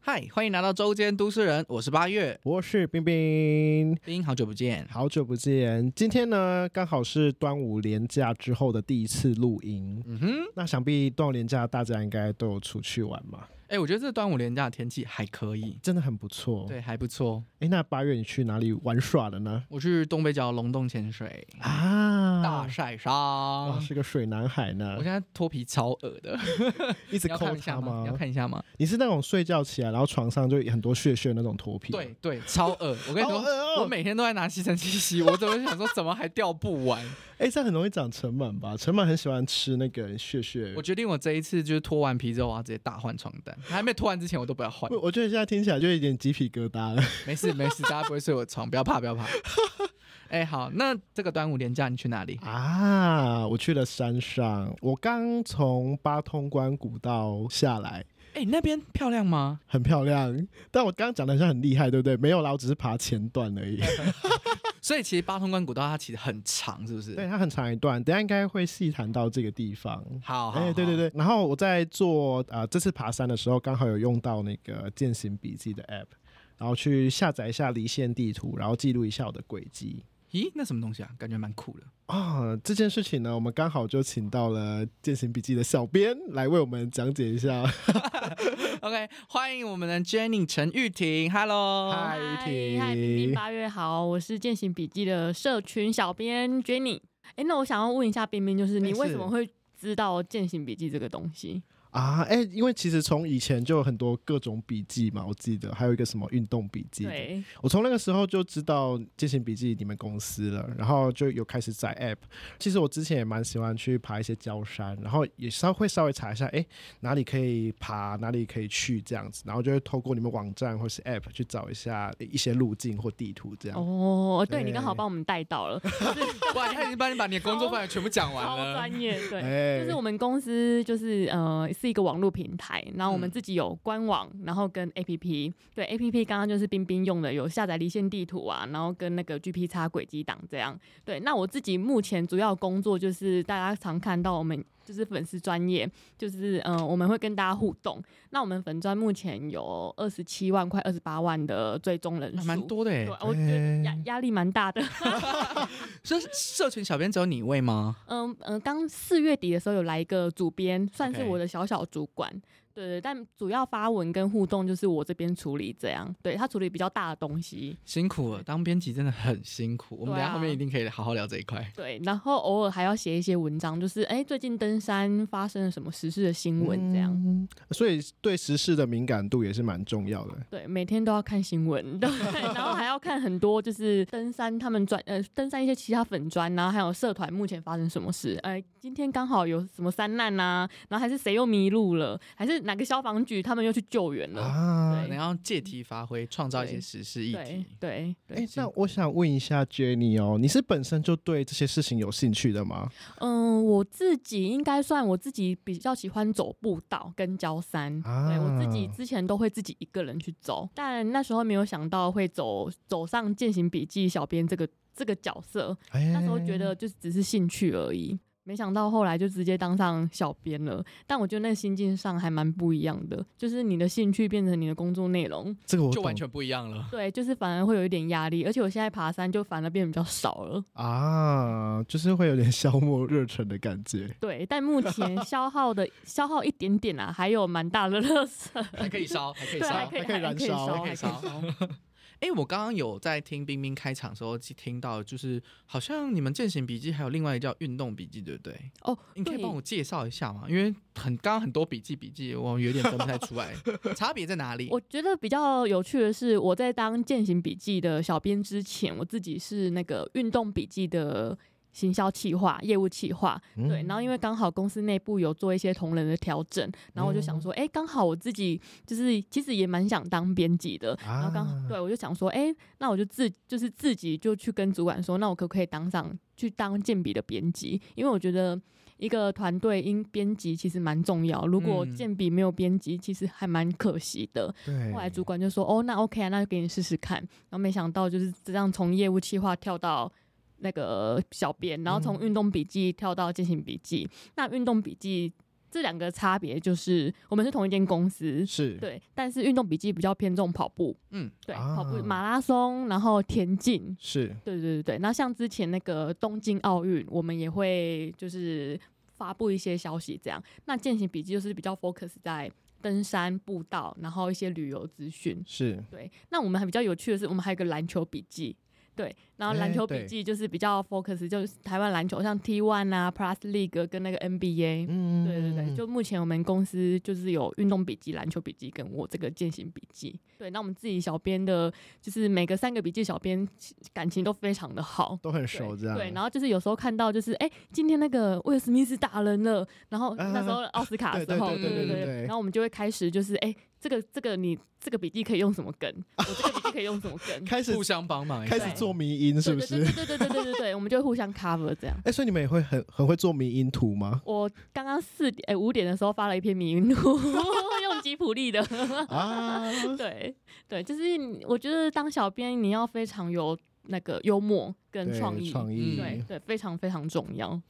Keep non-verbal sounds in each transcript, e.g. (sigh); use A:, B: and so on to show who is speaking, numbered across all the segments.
A: 嗨，欢迎来到周间都市人，我是八月。
B: 我是冰冰，
A: 冰，好久不见。
B: 好久不见。今天呢，刚好是端午连假之后的第一次录音。
A: 嗯哼，
B: 那想必端午连假大家应该都有出去玩嘛，
A: 哎、我觉得这端午连假的天气还可以，
B: 真的很不错。，
A: 对，还不错。
B: 哎，那八月你去哪里玩耍了呢？
A: 我去东北角龙洞潜水，
B: 啊，
A: 大晒伤。哦
B: 哇，啊是个水男孩呢
A: 我，现在脱皮超恶的，
B: 一
A: (laughs)
B: 直
A: 你要
B: 抠
A: 看一下
B: 他
A: 吗？你要
B: 吗？
A: 看一下吗？
B: 你是那种睡觉起来，然后床上就很多血血那种头皮吗，
A: 对对，啊超恶！我跟你
B: 好
A: 说，
B: 恶哦
A: 我每天都在拿吸尘器吸，我怎么想说怎么还掉不完？
B: 哎、这很容易长尘螨吧？尘螨很喜欢吃那个血血。
A: 我决定我这一次就是脱完皮之后，我要直接大换床单，还没脱完之前我都不要 (laughs) 换
B: 我。我觉得现在听起来就有点鸡皮
A: (laughs)
B: 疙瘩了。
A: 没事没事，大家不会睡我床，不要怕不要 (laughs) 怕。哎、好，那这个端午连假你去哪里？
B: 啊！我去了山上，我刚从八通关古道下来，
A: 哎、那边漂亮吗？
B: 很漂亮。但我刚刚讲的好像很厉害，对不对？没有啦，我只是爬前
A: (laughs)
B: 段而已。
A: 所以其实八通关古道它其实很长，是不是？
B: 对，它很长一段，等一下应该会细谈到这个地方。
A: 好，好，
B: 哎、对对
A: 好，
B: 对，然后我在做呃这次爬山的时候，刚好有用到那个践行笔记的 app，然后去下载一下离线地图，然后记录一下我的轨迹。
A: 咦，那什么东西啊？感觉蛮酷的。
B: 啊、这件事情呢，我们刚好就请到了《践行笔记》的小编来为我们讲解一下。 (laughs)
A: OK，欢迎我们的 Jenny 陈玉婷，Hello，
B: 嗨婷
C: 嗨，冰冰八月好，我是践行笔记的社群小编 Jenny。哎、那我想要问一下冰冰，就是你
B: 哎
C: 为
B: 是
C: 什么会知道践行笔记这个东西？
B: 啊，哎、因为其实从以前就有很多各种笔记嘛，我记得还有一个什么运动笔记，
C: 对，
B: 我从那个时候就知道《践行笔记》你们公司了，然后就有开始载 app。其实我之前也蛮喜欢去爬一些郊山，然后也稍会稍微查一下，哎，哪里可以爬，哪里可以去这样子，然后就会透过你们网站或是 app 去找一下一些路径或地图这样。
C: 哦，对
B: 对
C: 你刚好帮我们带到了，
A: 哇，他已经帮你把你的工作范围全部讲完
C: 超
A: 了。
C: 专业。对，
B: 哎
C: 就是我们公司就是呃是一个网络平台，然后我
A: 嗯
C: 们自己有官网，然后跟 APP，对 APP 刚刚就是冰冰用的有下载离线地图啊，然后跟那个 GP 叉轨迹档这样。对，那我自己目前主要工作就是大家常看到我们。就是粉丝专业，就是嗯、呃我们会跟大家互动。那我们粉专目前有二十七万快二十八万的追踪人
A: 还
C: 数，
A: 蛮。多的哎
C: 对，，我觉得压压力蛮大的。
A: 社社群小编只有你一位吗？
C: 嗯嗯，刚四月底的时候有来一个主编，算是
A: OK
C: 我的小小主管。对对，但主要发文跟互动就是我这边处理，这样对他处理比较大的东西，
A: 辛苦了，当编辑真的很辛苦。我们
C: 对
A: 等
C: 啊
A: 一下后面一定可以好好聊这一块。
C: 对，然后偶尔还要写一些文章，就是哎，最近登山发生了什么时事的新闻，这样、
B: 嗯所以对时事的敏感度也是蛮重要的。
C: 对，每天都要看新闻， (laughs) 对，然后还要看很多就是登山他们专呃登山一些其他粉砖，然后还有社团目前发生什么事，呃，今天刚好有什么山难呐、然后还是谁又迷路了，还是哪个消防局他们又去救援了。
B: 啊，
C: 嗯对
A: 然后借题发挥，创造一些
C: 对
A: 时事议
C: 对
A: 题。
C: 对
B: 哎、
C: 对，
B: 那我想问一下 Jenny 哦，你是本身就对这些事情有兴趣的吗？
C: 嗯，我自己应该算我自己比较喜欢走步道跟郊山。
B: 啊
C: 对我自己之前都会自己一个人去走，但那时候没有想到会走走上践行笔记小编这个这个角色，
B: 哎
C: 那时候觉得就是只是兴趣而已。没想到后来就直接当上小编了，但我觉得那心境上还蛮不一样的，就是你的兴趣变成你的工作内容，
B: 这个我
A: 就完
B: 懂
A: 全不一样了。
C: 对，就是反而会有一点压力，而且我现在爬山就反而变得比较少了。
B: 啊，就是会有点消磨热忱的感觉。
C: 对，但目前消耗的消耗一点点啊，还有蛮大的垃圾，
A: (laughs) 还可以烧，还可以
C: (laughs) 对，还
A: 烧，
C: 可以
B: 还可以
C: 还
B: 燃
C: 可以
B: 烧
C: 烧，
B: 还
A: 可以烧
C: 烧。
A: (laughs) 哎、我刚刚有在听冰冰开场的时候，听到就是好像你们践行笔记还有另外一个叫运动笔记，对不对？
C: 哦，
A: 你可以
C: 对
A: 帮我介绍一下吗？因为很刚刚很多笔记笔记，我有点分不太出
C: (laughs)
A: 来，差别在哪里？
C: 我觉得比较有趣的是，我在当践行笔记的小编之前，我自己是那个运动笔记的。行销企划、业务企划，
B: 嗯
C: 对。然后因为刚好公司内部有做一些同仁的调整，然后我就想说，哎、刚好我自己就是其实也蛮想当编辑的，然后刚好
B: 啊
C: 对我就想说，哎、那我就自就是自己就去跟主管说，那我可不可以当上去当健笔的编辑？因为我觉得。一个团队因编辑其实蛮重要，如果
A: 嗯
C: 健笔没有编辑，其实还蛮可惜的。
B: 对，
C: 后来主管就说：“哦，那 OK 啊，那就给你试试看。”然后没想到就是这样从业务企划跳到那个小编，然后从
B: 嗯
C: 运动笔记跳到践行笔记。那运动笔记这两个差别就是，我们是同一间公司，
B: 是，
C: 对，但是运动笔记比较偏重跑步，
A: 嗯，
C: 对，
B: 啊
C: 跑步马拉松，然后田径。
B: 是，
C: 对对对对，那像之前那个东京奥运，我们也会就是发布一些消息这样。那践行笔记就是比较 focus 在登山步道，然后一些旅游资讯。
B: 是，
C: 对，那我们还比较有趣的是，我们还有一个篮球笔记。对，然后篮
B: 哎
C: 球笔
B: 对
C: 记就是比较 focus，就是台湾篮球，像 T One 啊、Plus League 跟那个 NBA。
B: 嗯
C: 对对对，就目前我们公司就是有运动笔记、篮球笔记跟我这个践行笔记。对，那我们自己小编的，就是每个三个笔记小编感情都非常的好。
B: 都很
C: 对
B: 熟这样，
C: 对，然后就是有时候看到就是，哎、今天那个威尔史密斯打人了，然后
B: 啊
C: 那时候奥斯卡的
B: 对
C: 时候，
B: 对
A: 对
C: 对
A: 对
B: 对
C: 然后我们就会开始就是，哎、这个这个你这个笔记可以用什么梗？我这个笔记可以用什么梗？
B: 开始
A: 互相帮忙一下，
B: 开始做迷音是不
C: 对
B: 是？ (laughs)
C: 对对对对对对对，我们就会互相 cover 这样。
B: 哎，所以你们也会很很会做迷音图吗？
C: 我刚刚四点哎五点的时候发了一篇迷云图， (laughs) 用吉普力的。
B: (laughs) 啊，
C: 对对，就是你我觉得当小编你要非常有那个幽默跟
B: 对
C: 创意，嗯
B: 创意，
C: 对对，非常非常重要。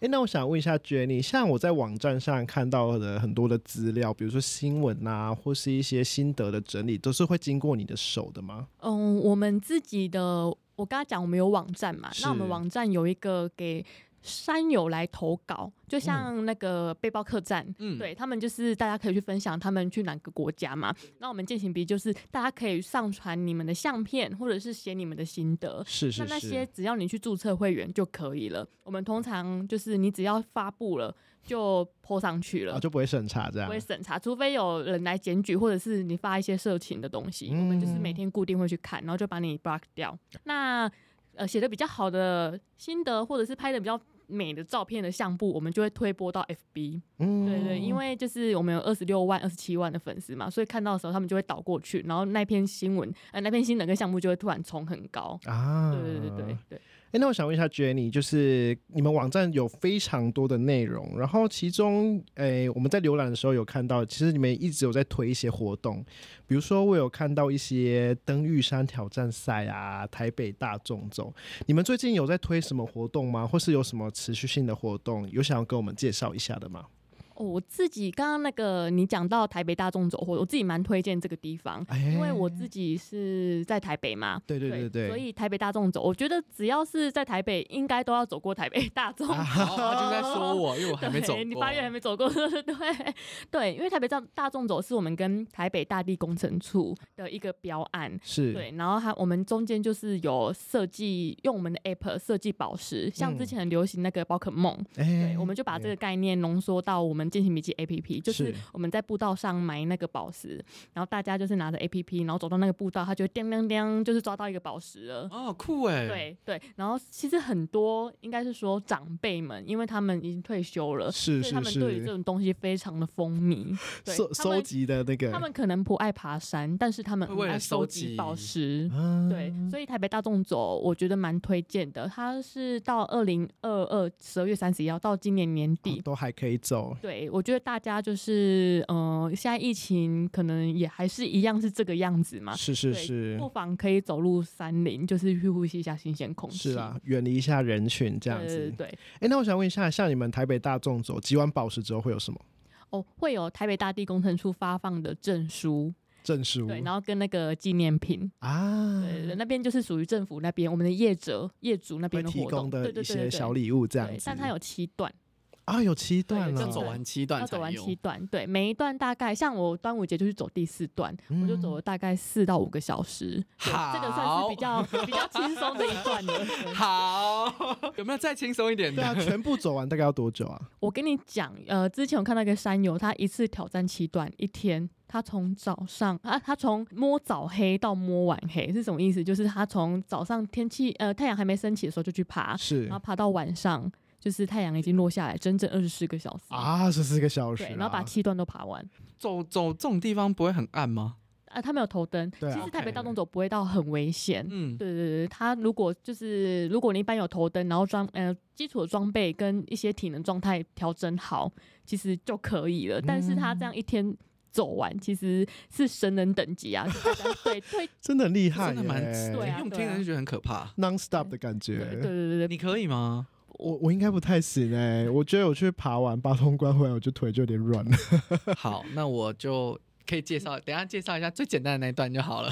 B: 哎，那我想问一下 Jenny，像我在网站上看到的很多的资料，比如说新闻啊，或是一些心得的整理，都是会经过你的手的吗？
C: 嗯，我们自己的，我刚刚讲我们有网站嘛，那我们
B: 是
C: 网站有一个给山友来投稿，就像那个背包客栈。
A: 嗯， (laughs)
C: 对他们就是大家可以去分享他们去哪个国家嘛，那我们践行笔就是大家可以上传你们的相片或者是写你们的心得，
B: 是是
C: 那那些
B: 是，
C: 只要你去注册会员就可以了。我们通常就是你只要发布了就 po 上去了，
B: 啊，就不会审查这样
C: 不会。审查，除非有人来检举，或者是你发一些色情的东西，
B: 嗯
C: 我们就是每天固定会去看，然后就把你 block 掉。那呃，写的比较好的心得，或者是拍的比较美的照片的相簿，我们就会推播到 FB。
B: 嗯
C: 对对，因为就是我们有二十六万、二十七万的粉丝嘛，所以看到的时候他们就会倒过去，然后那篇新闻呃那篇新闻跟项目就会突然冲很高。
B: 啊，
C: 对对对对对。
B: 哎，那我想问一下 Jenny，就是你们网站有非常多的内容，然后其中，哎，我们在浏览的时候有看到，其实你们一直有在推一些活动，比如说我有看到一些登玉山挑战赛啊、台北大众走，你们最近有在推什么活动吗？或是有什么持续性的活动，有想要跟我们介绍一下的吗？
C: 哦，我自己刚刚那个你讲到台北大众走或我自己蛮推荐这个地方，
B: 哎，
C: 因为我自己是在台北嘛，
B: 对对对对
C: 所以台北大众走，我觉得只要是在台北，应该都要走过台北大众。
A: 啊好，他就在说我，因为我还没走过，
C: 对你八月还没走过， (laughs) 对对，因为台北大大众走是我们跟台北大地工程处的一个标案，
B: 是，
C: 对，然后还我们中间就是有设计用我们的 app 设计宝石，像
B: 嗯
C: 之前很流行那个宝可梦，
B: 哎
C: 对，我们就把这个概念浓缩到我们践行笔记 APP，就是
B: 是
C: 我们在步道上埋那个宝石，然后大家就是拿着 APP，然后走到那个步道，它就会叮叮叮，就是抓到一个宝石了。
A: 哦，酷哎，，
C: 对对，然后其实很多应该是说长辈们，因为他们已经退休了，
B: 是
C: 所以他
B: 是
C: 们对于这
B: 是，
C: 种东西非常的风靡。对，
B: 收
C: 他
B: 收
C: 们
B: 集的那个，
C: 他们可能不爱爬山，但是他们
A: 会
C: 很
A: 为了
C: 爱
A: 收
C: 收
A: 集
C: 集宝石。
B: 啊
C: 对，所以台北大众走，我觉得蛮推荐的。它是到二零二二十二月三十一号到今年年底，
B: 都还可以走，
C: 对，我觉得大家就是，呃，现在疫情可能也还是一样是这个样子嘛，
B: 是是
C: 对
B: 是
C: 不妨可以走入山林，就是去呼吸一下新鲜空气。
B: 是啊，远离一下人群这
C: 对，
B: 样
C: 对
B: 子
C: 对。对。
B: 哎、那我想问一下，像你们台北大众走集完宝石之后会有什么
C: 哦，会有台北大地工程处发放的证书，
B: 证书？
C: 对，然后跟那个纪念品，
B: 啊，
C: 对对对，那边就是属于政府那边我们的业者、业主那
B: 会
C: 边的
B: 提
C: 活
B: 供
C: 动，
B: 的一
C: 对对对对
B: 些
C: 对
B: 小礼物这样
C: 对
B: 子。
C: 但它有七段，
B: 啊，有七段
C: 对
B: 了，
A: 要
C: 有七
A: 走
C: 段
A: 完七段
C: 要
A: 才
C: 走完
A: 有
C: 七段，对，每一段大概像我端午节就是走第四段，
B: 嗯
C: 我就走了大概四到五个小时，对
A: 好
C: 这个算是比较比较轻松的一段了。 (laughs)
A: 好， (laughs) 有没有再轻松一点
B: 对
A: 的？
B: 啊，全部走完大概要多久啊？
C: 我跟你讲，呃，之前我看到一个山友，他一次挑战七段，一天，他从早上啊，他从摸早黑到摸晚黑是什么意思？就是他从早上天气呃太阳还没升起的时候就去爬，
B: 是
C: 啊然后爬到晚上，就是太阳已经落下来，整整二十四个小时。
B: 啊，十四个小时啊，
C: 对，然后把七段都爬完，
A: (laughs) 走走这种地方不会很暗吗？
C: 啊，他没有头灯。
B: 对啊
C: 其实台
A: OK
C: 北道动走不会到很危险。
A: 嗯，
C: 对对对，他如果就是如果你一般有头灯，然后装呃基础的装备跟一些体能状态调整好，其实就可以了。但是他这样
B: 嗯
C: 一天。走完其实是神人等级啊，就大家对对
B: 真的很厉
A: 这
B: 害耶，
A: 真的蛮
C: 对啊
A: 用听人就觉得很可怕。
B: non stop 的感 (laughs)
C: 对
B: 觉。
C: 对对对啊
A: 你可以 (laughs) 吗？
B: 我我应该不太行哎、我觉得我去爬完八通关回来，我就腿就有点软了。
A: 好，那我就可以介绍，等一下介绍一下最简单的那一段就好了。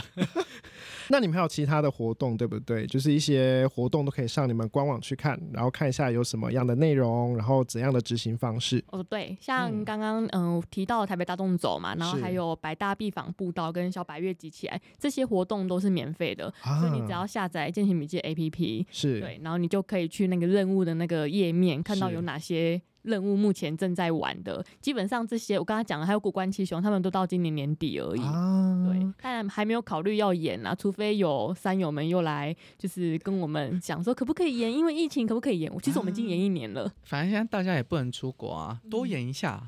B: 那你们还有其他的活动对不对？就是一些活动都可以上你们官网去看，然后看一下有什么样的内容，然后怎样的执行方式。
C: 哦对，像
B: 嗯
C: 刚刚嗯提到的台北大众走嘛，然后
B: 是
C: 还有白大必访步道跟小百月集起来，这些活动都是免费的，
B: 啊
C: 所以你只要下载健行笔记 APP，
B: 是
C: 对，然后你就可以去那个任务的那个页面，看到
B: 是
C: 有哪些任务目前正在玩的。基本上这些我刚才讲了，还有古关七雄，他们都到今年年底而已。
B: 啊，
C: 对，但还没有考虑要演啊，除非有山友们又来，就是跟我们讲说可不可以演，因为疫情可不可以演？其实我们已
B: 啊
C: 经演一年了，
A: (laughs) 反正现在大家也不能出国啊，
C: 嗯
A: 多演一 (laughs) 下，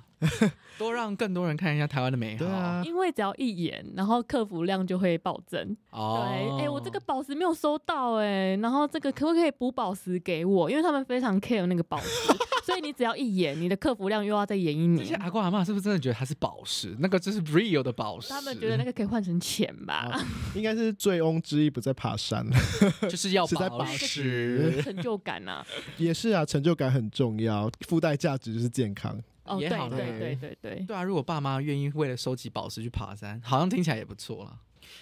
A: 多让更多人看一下台湾的美好。
B: 对啊，
C: 因为只要一演，然后客服量就会暴增。对，
A: 哦，
C: 哎、我这个宝石没有收到哎、然后这个可不可以补宝石给我？因为他们非常 care 那个宝石， (laughs) 所以你只要一演，你的客服量又要再演一
A: 这些
C: 年。
A: 阿公阿妈是不是真的觉得它是宝石？那个就是 real 的宝石，
C: 他们觉得那个可以换成钱吧，
A: 哦
B: 啊应该是醉翁之意不在爬山 (laughs) 了，
A: (laughs) 就是要
B: 是在
A: 宝
B: 宝
A: 石。
C: 成就
A: (laughs)
C: 感呐、
B: 也是啊，成就感很重要，附带价值就是健康。
C: 哦，
A: 也
C: 对
A: 好
C: 对
B: 嘞
C: 对对对，
A: 对啊，如果爸妈愿意为了收集宝石去爬山，好像听起来也不错啦。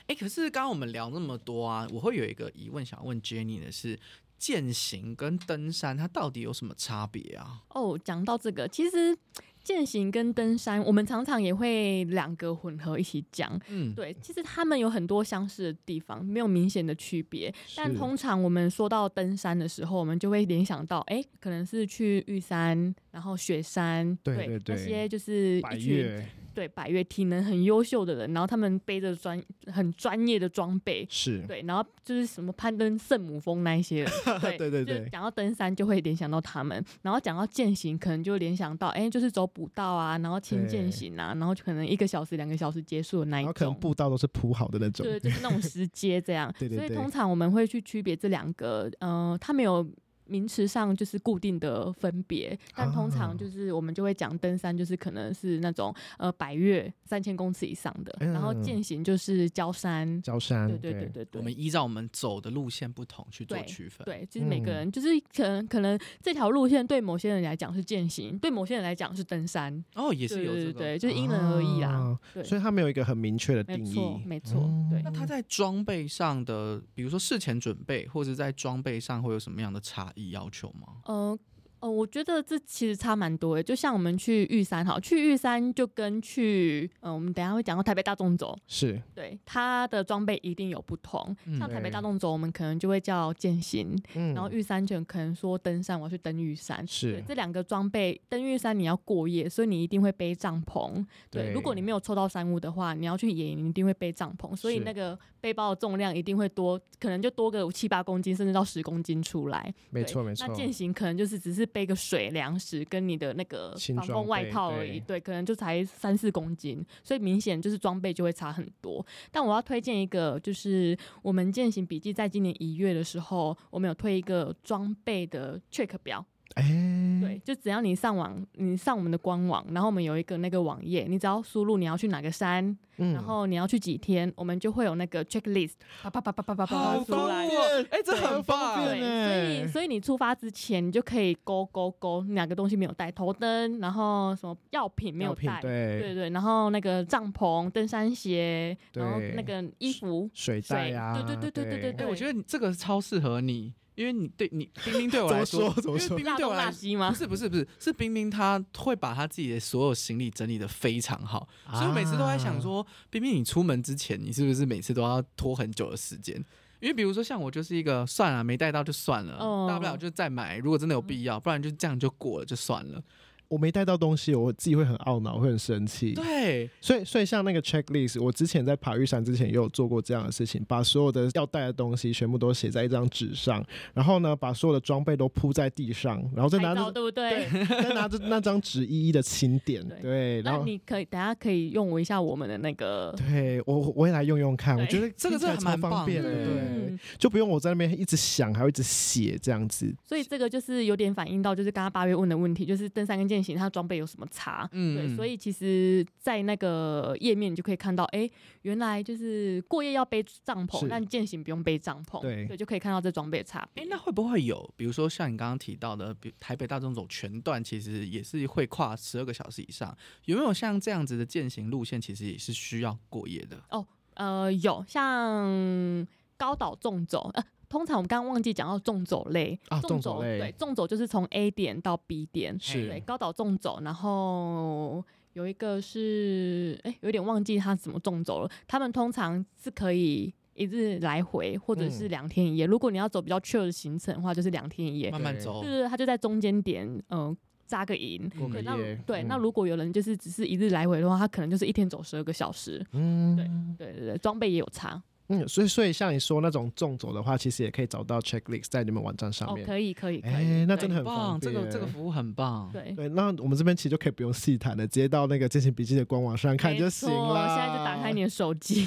A: 哎，可是刚刚我们聊那么多啊，我会有一个疑问想要问 Jenny 的是，健行跟登山它到底有什么差别啊？
C: 哦，讲到这个，其实践行跟登山，我们常常也会两个混合一起讲。
A: 嗯，
C: 对，其实他们有很多相似的地方，没有明显的区别。但
B: 是
C: 通常我们说到登山的时候，我们就会联想到，哎、可能是去玉山，然后雪山，
B: 对对对
C: 那些就是
B: 百
C: 一群
B: 越
C: 对百越体能很优秀的人，然后他们背着专很专业的装备，
B: 是
C: 对，然后就是什么攀登圣母峰那一些
B: (laughs)
C: 人，对
B: 对对
C: 就
B: 对
C: 讲到登山就会联想到他们，然后讲到践行可能就联想到，哎、就是走步道啊，然后轻
B: 对
C: 践行啊，然后就可能一个小时、两个小时结束的那
B: 然
C: 一
B: 后可能
C: 种。
B: 步道都是铺好的那种，。
C: 对，就是那种石阶这样
B: (laughs) 对对
C: 所以
B: 对
C: 通常我们会去区别这两个，呃，它没有名词上就是固定的分别，但
B: 啊
C: 通常就是我们就会讲登山，就是可能是那种呃百越三千公尺以上的，然后
B: 嗯
C: 践行就是郊山，
B: 焦山，
C: 对对对对
A: 我
C: 对。
A: 们依照我们走的路线不同去做
C: 对
A: 区分。
C: 对，就是每个
B: 嗯
C: 人，就是可能可能这条路线对某些人来讲是践行，对某些人来讲是登山，
A: 哦，也
C: 对
A: 是有
C: 对
A: 这
C: 对
A: 个。
C: 对，就是因人而异啦。
B: 啊
C: 对
B: 所以它没有一个很明确的
C: 没
B: 定
C: 错，
B: 义。嗯
C: 没错，对
A: 那。他在装备上的，比如说事前准备，或者在装备上会有什么样的差异要求吗？
C: 呃呃，我觉得这其实差蛮多的。就像我们去玉山，好，去玉山就跟去，嗯、我们等一下会讲到台北大众走，
B: 是
C: 对，它的装备一定有不同。像台北大众走，我们可能就会叫践行，
B: 嗯
C: 然后玉山就可能说登山，我要去登玉山。对，
B: 是
C: 这两个装备，登玉山你要过夜，所以你一定会背帐篷。对，
B: 对
C: 如果你没有抽到山屋的话，你要去野营，你一定会背帐篷，所以
B: 是
C: 那个背包的重量一定会多，可能就多个七八公斤，甚至到十公斤出来。
B: 没
C: 对
B: 错没错
C: 那，践行可能就是只是背个水、粮食跟你的那个
B: 轻
C: 防
B: 装
C: 风外
B: 备
C: 套而已，对，可能就才三四公斤，所以明显就是装备就会差很多。但我要推荐一个，就是我们践行笔记在今年一月的时候，我们有推一个装备的 check 表，
B: 哎，
C: 对，就只要你上网，你上我们的官网，然后我们有一个那个网页，你只要输入你要去哪个山，
B: 嗯，
C: 然后你要去几天，我们就会有那个 checklist，啪啪啪啪啪啪啪啪出
A: 方
C: 来
A: 便。哦！哎，这很棒
B: 方便
C: 对，所
B: 欸
C: 以所以你出发之前，你就可以勾勾勾哪个东西没有带，头灯，然后什么药品没有
B: 药品
C: 带，对
B: 对
C: 对，然后那个帐篷、登山鞋，然后
B: 对
C: 那个衣服，
B: 水袋啊，
C: 对对对对对
A: 哎，
C: 对
A: 我觉得你这个超适合你，因为你对你冰冰对我来说，
B: 怎么说怎么说
A: 因为冰冰
C: 大
A: 对
C: 东
A: 我来
C: 大
A: 说。
C: 西
A: 不
C: 吗？
A: 是不是不是，是冰冰她会把她自己的所有行李整理的非常好，所以我每次都在
B: 啊
A: 想
C: 啊
A: 说，冰冰你出门之前，你是不是每次都要拖很久的时间？因为比如说像我就是一个算了没带到就算了，
C: 哦
A: 大不了就再买，如果真的有必要，不然就这样就过了就算了。
B: 我没带到东西，我自己会很懊恼，会很生气。
A: 对，
B: 所以，所以像那个 checklist，我之前在爬玉山之前也有做过这样的事情，把所有的要带的东西全部都写在一张纸上，然后呢，把所有的装备都铺在地上，然后再拿
C: 拍照
B: 着
C: 对不对？
B: 再拿着那张纸一一的清点，
C: 对
B: 对，然
C: 那
B: 后
C: 你可以等下可以用一下我们的那个，
B: 对我我我也来用用看，
C: 对
B: 我觉得
A: 这个真的
B: 听起来
A: 还蛮
B: 超
C: 嗯
B: 方便
A: 棒
B: 的，
A: 的
B: 对，，就不用我在那边一直想，还要一直写这样子，
C: 所以这个就是有点反映到就是刚刚八月问的问题，就是登山跟践行它装备有什么差。
A: 嗯，
C: 对，
A: 嗯
C: 所以其实，在那个页面你就可以看到，哎、原来就是过夜要背帐篷
B: 是，
C: 但践行不用背帐篷，
B: 对
C: 就可以看到这装备的差别。
A: 哎，那会不会有，比如说像你刚刚提到的，比台北大众走全段，其实也是会跨十二个小时以上，有没有像这样子的践行路线，其实也是需要过夜的？
C: 呃，有像高岛纵走，呃，通常我们刚刚忘记讲到纵走类
B: 啊纵
C: 纵
B: 走类
C: 对，纵走就是从 A 点到 B 点，
A: 是
C: 对，高岛纵走，然后有一个是，哎、有点忘记它怎么纵走了。他们通常是可以。一日来回，或者是
B: 嗯
C: 两天一夜。如果你要走比较 chill 的行程的话，就是两天一夜。
B: 哦
A: 慢慢走
C: 对，对对，他就在中间点，嗯、扎个营。
B: 过个
C: 对，那
B: 夜，
C: 对，
B: 嗯
C: 那如果有人就是只是一日来回的话，他可能就是一天走十二个小时。
B: 嗯
C: 对对对对，装备也有差。
B: 嗯，所以所以像你说那种纵走的话，其实也可以找到 checklist 在你们网站上
C: 哦，
B: 面，
C: 可以可以可以，
B: 哎那
C: 对
B: 真的很
A: 棒，
B: 方
A: 这个
B: 便
A: 这个服务很棒。
C: 对。
B: 对，那我们这边其实就可以不用细谈了，直接到那个践行笔记的官网上看就行
C: 没错
B: 了。
C: 现在就打开你。的手机。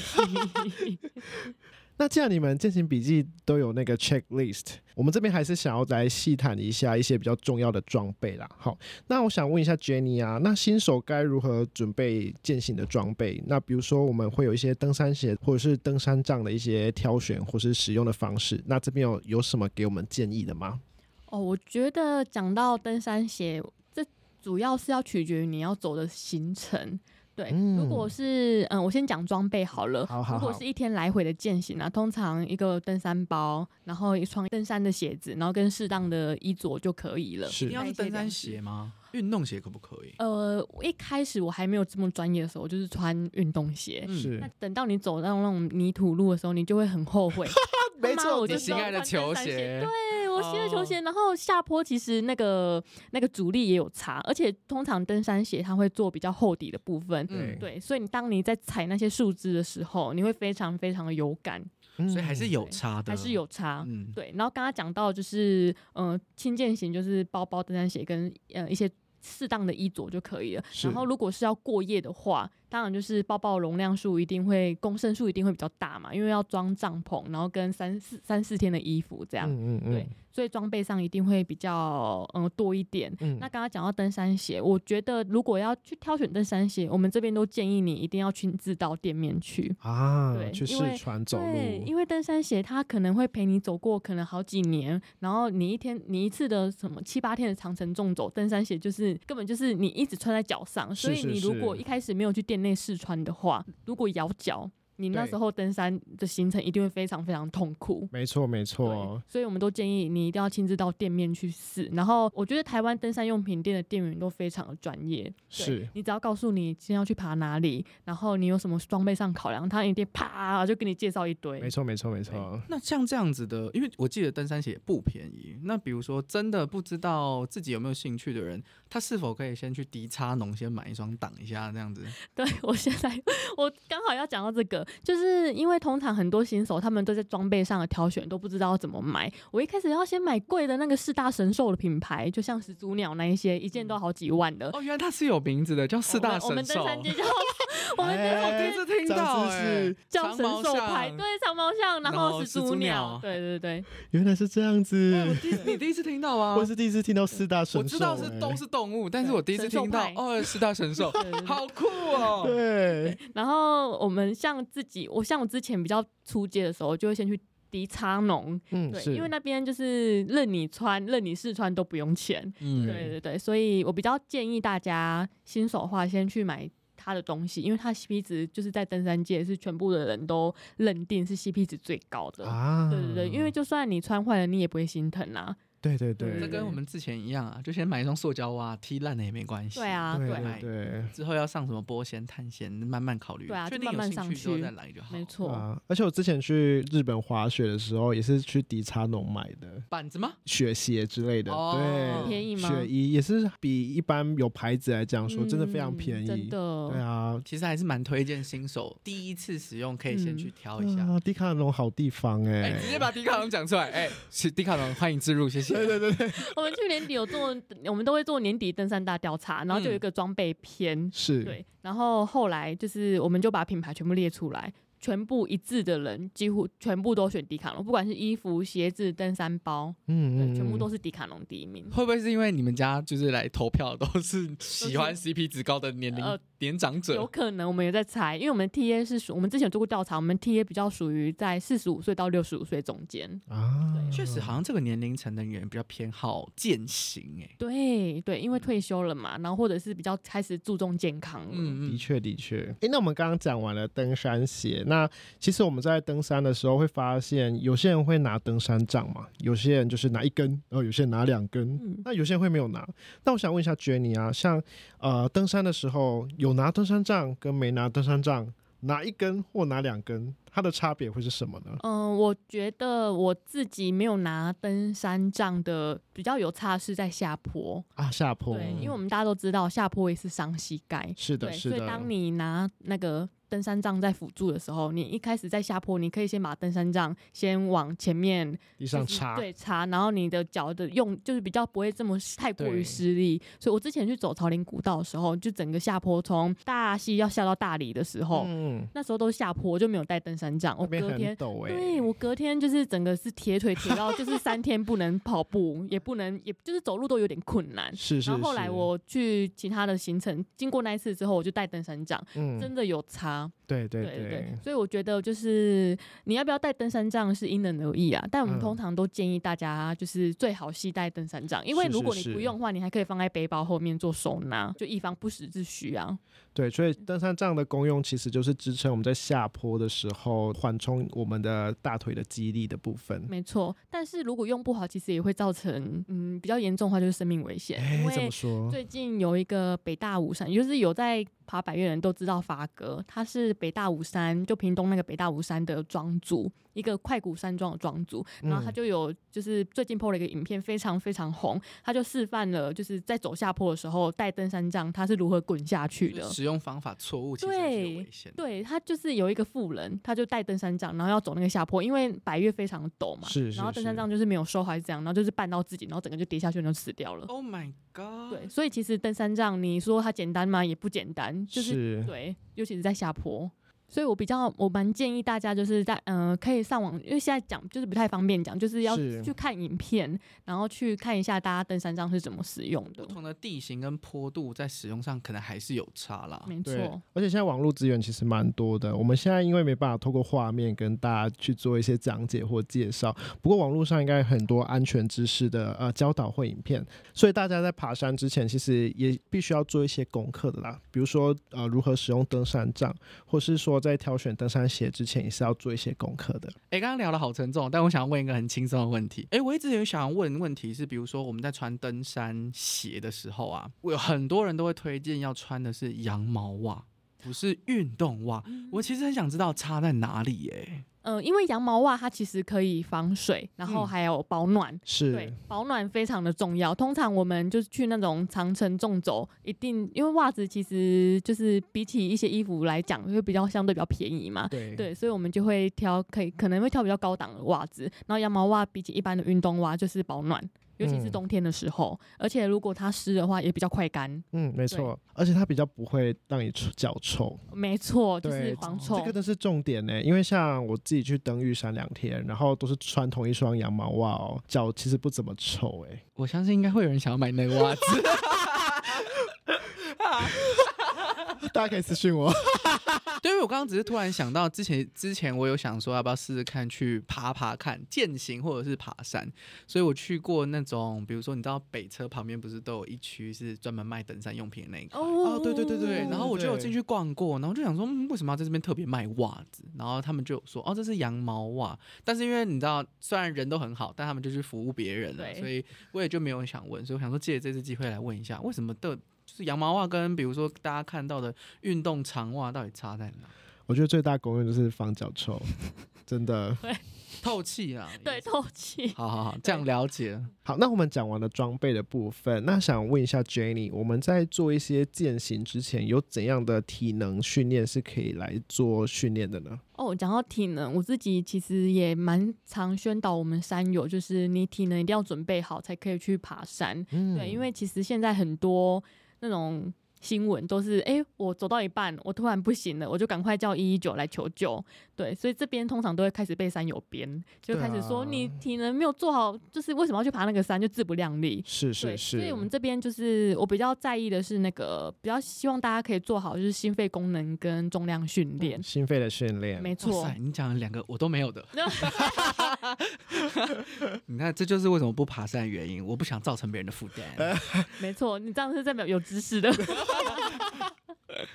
B: 那既然你们践行笔记都有那个 checklist，我们这边还是想要来细谈一下一些比较重要的装备啦。好，那我想问一下 Jenny 啊，那新手该如何准备践行的装备？那比如说我们会有一些登山鞋或者是登山杖的一些挑选或是使用的方式，那这边有有什么给我们建议的吗？
C: (laughs) 哦，我觉得讲到登山鞋，这主要是要取决于你要走的行程。对，
B: 嗯
C: 如果是嗯，我先讲装备好了。
B: 好好
C: 如果
B: 好
C: 是一天来回的践行啊，通常一个登山包，然后一双登山的鞋子，然后跟适当的衣着就可以了。
A: 一
B: 是
A: 定要是登山鞋吗？运动鞋可不可以？
C: 呃，我一开始我还没有这么专业的时候，我就是穿运动鞋。
A: 嗯
B: 是
C: 那，等到你走到那种泥土路的时候，你就会很后悔。
B: 没
C: 妈
B: 错，
C: 我
A: 你
C: 就
A: 心爱的球鞋，
C: 对我新的球
A: 哦
C: 鞋，然后下坡其实那个那个阻力也有差，而且通常登山鞋它会做比较厚底的部分。
A: 嗯，
C: 对，所以你当你在踩那些树枝的时候，你会非常非常的有感，
B: 嗯
A: 所以还是有差的，
C: 还是有差。
A: 啊嗯，
C: 对，然后刚刚讲到就是，呃，轻健型就是包包、登山鞋跟呃一些适当的衣着就可以了。
B: 是
C: 然后如果是要过夜的话，当然就是包包容量数一定会公升数一定会比较大嘛，因为要装帐篷，然后跟三四三四天的衣服这样，
B: 嗯嗯嗯，
C: 对所以装备上一定会比较嗯、呃多一点。
B: 嗯
C: 那刚刚讲到登山鞋，我觉得如果要去挑选登山鞋，我们这边都建议你一定要亲自到店面去。
B: 啊，
C: 对
B: 去
C: 因为
B: 试穿走
C: 对，
B: 路，
C: 因为登山鞋它可能会陪你走过可能好几年，然后你一天你一次的什么七八天的长程纵走，登山鞋就是根本就是你一直穿在脚上，
B: 是
C: 所以
B: 是
C: 你如果
B: 是
C: 一开始没有去店内试穿的话，如果咬脚，你那
B: 对
C: 时候登山的行程一定会非常非常痛苦。
B: 没错没
C: 对
B: 错，，
C: 所以我们都建议你一定要亲自到店面去试。然后我觉得台湾登山用品店的店员都非常的专业，对
B: 是
C: 你只要告诉你今天要去爬哪里，然后你有什么装备上考量，他一定啪就给你介绍一堆。
B: 没错没错没错，
A: 那像这样子的，因为我记得登山鞋也不便宜。那比如说，真的不知道自己有没有兴趣的人，他是否可以先去迪叉农先买一双挡一下这样
C: (laughs)
A: 子？
C: 对我现在 (laughs) 我刚好要讲到这个，就是因为通常很多新手他们都在装备上的挑选都不知道要怎么买。我一开始要先买贵的那个四大神兽的品牌，就像始祖鸟那一些，一件都要好几万的。
A: 哦，原来它是有名字的，叫四大
C: 我们
A: 神
C: 我
A: 兽。
C: 们登山界叫我们登
A: 我
C: 山
A: 第
B: 哎
A: 一
C: 界
A: 次听到、
B: 长知识
A: 哎，
C: (laughs) 叫神兽牌，
A: 长毛象。
C: 对，长毛象，然
A: 然后
C: 后
A: 始
C: 始
A: 祖
C: 祖
A: 鸟
C: 鸟，对对对，嗯
B: 原来是这样
A: 我
B: 子，
A: 第一 (laughs) 你第一次听到啊？
C: (laughs)
B: 我也是第一次听到四大神兽
A: 我，知道是
B: 哎
A: 都是动物，但是我第一次听到
C: 神兽派
A: 哦，四大神兽
C: (laughs) 对对，对
A: 好酷哦！
B: 对，
C: 然后我们像自己，我像我之前比较出街的时候，就会先去迪叉农，
B: 嗯
C: 对，
B: 是，
C: 因为那边就是任你穿、任你试穿都不用钱，
A: 嗯
C: 对对对，所以我比较建议大家新手的话先去买。他的东西，因为他 CP 值就是在登山界是全部的人都认定是 CP 值最高的。
B: 啊，
C: 对对对，因为就算你穿坏了，你也不会心疼啊。
B: 对对对，
C: 嗯
A: 这跟我们之前一样啊，就先买一双塑胶袜，踢烂了也没关系。
C: 对，啊，
B: 对
C: 对
A: 啊
B: 对对。
A: 之后要上什么波纤、碳纤，慢慢考虑。
C: 对啊
A: 确
C: 就
A: 定有
C: 慢慢
A: 兴
C: 上
A: 趣之后
C: 去
A: 再来就好。
C: 没，
B: 对
C: 错。
B: 啊，而且我之前去日本滑雪的时候，也是去迪卡侬买的
A: 板子吗？
B: 雪鞋之类的，
A: 哦
B: 对，
A: 很
C: 便宜吗
B: 雪衣也是比一般有牌子来讲说，真的非常
C: 嗯
B: 便宜，
C: 真的。哦
B: 对啊，
A: 其实还是蛮推荐新手第一次使用，可以先
C: 嗯
A: 去挑一
B: 对
A: 下。
B: 啊，迪卡侬好地方
A: 哎、
B: 哎、
A: 直接把迪卡侬讲出来，哎、是迪卡侬，欢迎自入，谢谢。对对对
C: 我们去年底有做，我们都会做年底登山大调查，然后就有一个装备篇，
B: 嗯是，
C: 对，然后后来就是我们就把品牌全部列出来，全部一致的人几乎全部都选迪卡侬，不管是衣服、鞋子、登山包，
B: 嗯
C: 对，全部都
B: 是
C: 是迪卡侬第一
B: (laughs)
C: 名。
A: 会不会是因为你们家就是来投票都是喜欢 CP 值高的年龄、
C: 呃
A: 年长
C: 有
A: 者？
C: 可能我们也在猜，因为我们 T A 是属，我们之前有做过调查，我们 T A 比较属于在四十五岁到六十五岁中间。
B: 啊，
A: 确实，好像这个年龄层的人比较偏好健行、哎，
C: 对对，因为退休了嘛，然后或者是比较开始注重健康了。
A: 嗯
B: 的
A: 嗯，
B: 确的确。诶，那我们刚刚讲完了登山鞋，那其实我们在登山的时候会发现，有些人会拿登山杖嘛，有些人就是拿一根，然后有些人拿两根，
C: 嗯
B: 那有些人会没有拿。那我想问一下 Jenny 啊，像呃登山的时候有拿登山杖跟没拿登山杖，拿一根或拿两根，它的差别会是什么呢？
C: 嗯，我觉得我自己没有拿登山杖的比较有差是在下坡，
B: 啊，下坡，
C: 对，因为我们大家都知道下坡也是伤膝盖，
B: 是的，
C: 对，
B: 是
C: 所以
B: 的，
C: 当你拿那个登山杖在辅助的时候，你一开始在下坡，你可以先把登山杖先往前面
B: 地
C: 就
B: 上
C: 是
B: 插，
C: 对插，然后你的脚的用就是比较不会这么太过
A: 对
C: 于失力。所以我之前去走朝林古道的时候，就整个下坡从大溪要下到大理的时候，
B: 嗯，
C: 那时候都下坡，我就没有带登山杖，我
B: 那边
C: 隔
B: 很
C: 天。
B: 陡哎、
C: 对我隔天就是整个是铁腿铁到，就是三天不能跑步，也不能，也就是走路都有点困难。
B: 是是
C: 然后后来
B: 是
C: 我去其他的行程，经过那一次之后，我就带登山杖，
B: 嗯，
C: 真的有差。
B: 对对
C: 对所以我觉得就是你要不要带登山杖是因人而异啊。但我们
B: 嗯
C: 通常都建议大家就是最好系带登山杖，因为
B: 是
C: 如
B: 是
C: 果你
B: 是
C: 不用的话，你还可以放在背包后面做收纳，就以防不时之需啊。
B: 对，所以登山杖的功用其实就是支撑我们在下坡的时候缓冲我们的大腿的肌力的部分。
C: 没错，但是如果用不好，其实也会造成嗯比较严重的话就是生命危险，
B: 哎
C: 因，
B: 怎
C: 为
B: 么说？
C: 最近有一个北大武山，也就是有在爬百越的人都知道发哥，他是北大武山，就屏东那个北大武山的庄主，一个快谷山庄的庄主。
B: 嗯
C: 然后他就有就是最近 PO 了一个影片，非常非常红，他就示范了就是在走下坡的时候带登山杖，他是如何滚下去的。
A: 使用方法错误其实也是有危险的。
C: 对他就是有一个富人，他就带登山杖，然后要走那个下坡，因为百越非常的陡嘛，
B: 是是
C: 然后登山
B: 是
C: 杖就是没有收还是怎样，然后就是绊到自己，然后整个就跌下去，然后死掉了。
A: Oh my god！
C: 对，所以其实登山杖，你说它简单吗？也不简单，就是
B: 是
C: 对，尤其是在下坡。所以我比较，我蛮建议大家就是在嗯、呃，可以上网，因为现在讲就是不太方便讲，就是要
B: 是
C: 去看影片，然后去看一下大家登山杖是怎么使用
A: 不。
C: 的
A: 同的地形跟坡度在使用上可能还是有差啦。
C: 没
B: 对
C: 错，，
B: 而且现在网络资源其实蛮多的。我们现在因为没办法透过画面跟大家去做一些讲解或介绍，不过网络上应该有很多安全知识的呃教导或影片，所以大家在爬山之前其实也必须要做一些功课的啦。比如说呃如何使用登山杖，或是说在挑选登山鞋之前也是要做一些功课的。
A: 哎，刚刚聊的好沉重，但我想要问一个很轻松的问题。哎，我一直有想问问题是，比如说我们在穿登山鞋的时候啊，我有很多人都会推荐要穿的是羊毛袜，不是运动袜。我其实很想知道差在哪里耶、
C: 嗯、因为羊毛袜它其实可以防水，然后
A: 嗯
C: 还有保暖，对
B: 是，，
C: 保暖非常的重要。通常我们就是去那种长程重走，一定因为袜子其实就是比起一些衣服来讲，会比较相对比较便宜嘛。
B: 对
C: 对，所以我们就会挑可以可能会挑比较高档的袜子，然后羊毛袜比起一般的运动袜就是保暖，尤其是
B: 嗯
C: 冬天的时候，而且如果它湿的话也比较快干。
B: 嗯，没错，而且它比较不会让你出脚臭，
C: 没错，就是
B: 对
C: 防
A: 哦
C: 臭。
B: 这个都是重点呢。因为像我自己去登玉山两天，然后都是穿同一双羊毛袜哦，脚其实不怎么臭哎。
A: 我相信应该会有人想要买那个袜子。
B: (laughs) 大家可以私信我，
A: 对，因为我刚刚只是突然想到，之前之前我有想说要不要试试看去爬爬看践行或者是爬山，所以我去过那种，比如说你知道北车旁边不是都有一区是专门卖登山用品的那一个。
C: 哦
A: 哦，对对对对，然后我就有
B: 对
A: 进去逛过，然后就想说，嗯，为什么要在这边特别卖袜子？然后他们就有说，哦，这是羊毛袜，但是因为你知道，虽然人都很好，但他们就去服务别人了，
C: 对
A: 所以我也就没有想问，所以我想说借这次机会来问一下，为什么的，就是羊毛袜跟比如说大家看到的运动长袜到底差在哪？
B: 我觉得最大功用就是防脚臭， (laughs) 真的。
A: 透气 (laughs) 啊，
C: (laughs) 对，透气。
A: 好好好，这样了解了。
B: 好，那我们讲完了装备的部分，那想问一下 Jenny，我们在做一些践行之前，有怎样的体能训练是可以来做训练的呢？
C: 哦，讲到体能，我自己其实也蛮常宣导我们山友，就是你体能一定要准备好才可以去爬山。
B: 嗯
C: 对，因为其实现在很多那种新闻都是，诶，我走到一半，我突然不行了，我就赶快叫一一九来求救。对，所以这边通常都会开始被山友编，就
B: 对
C: 开始说、
B: 啊
C: 你体能没有做好，就是为什么要去爬那个山，就自不量力。
B: 是
C: 对，
B: 是是，
C: 所以我们这边就是我比较在意的是那个，比较希望大家可以做好就是心肺功能跟重量训练。
B: 心肺的训练，
C: 没
A: 哇
C: 错，
A: 塞，你讲了两个我都没有的。 (laughs)
C: (laughs)
A: 你看，这就是为什么不爬山的原因，我不想造成别人的负担。
C: 没错，你这样是代表有知识的。 (laughs)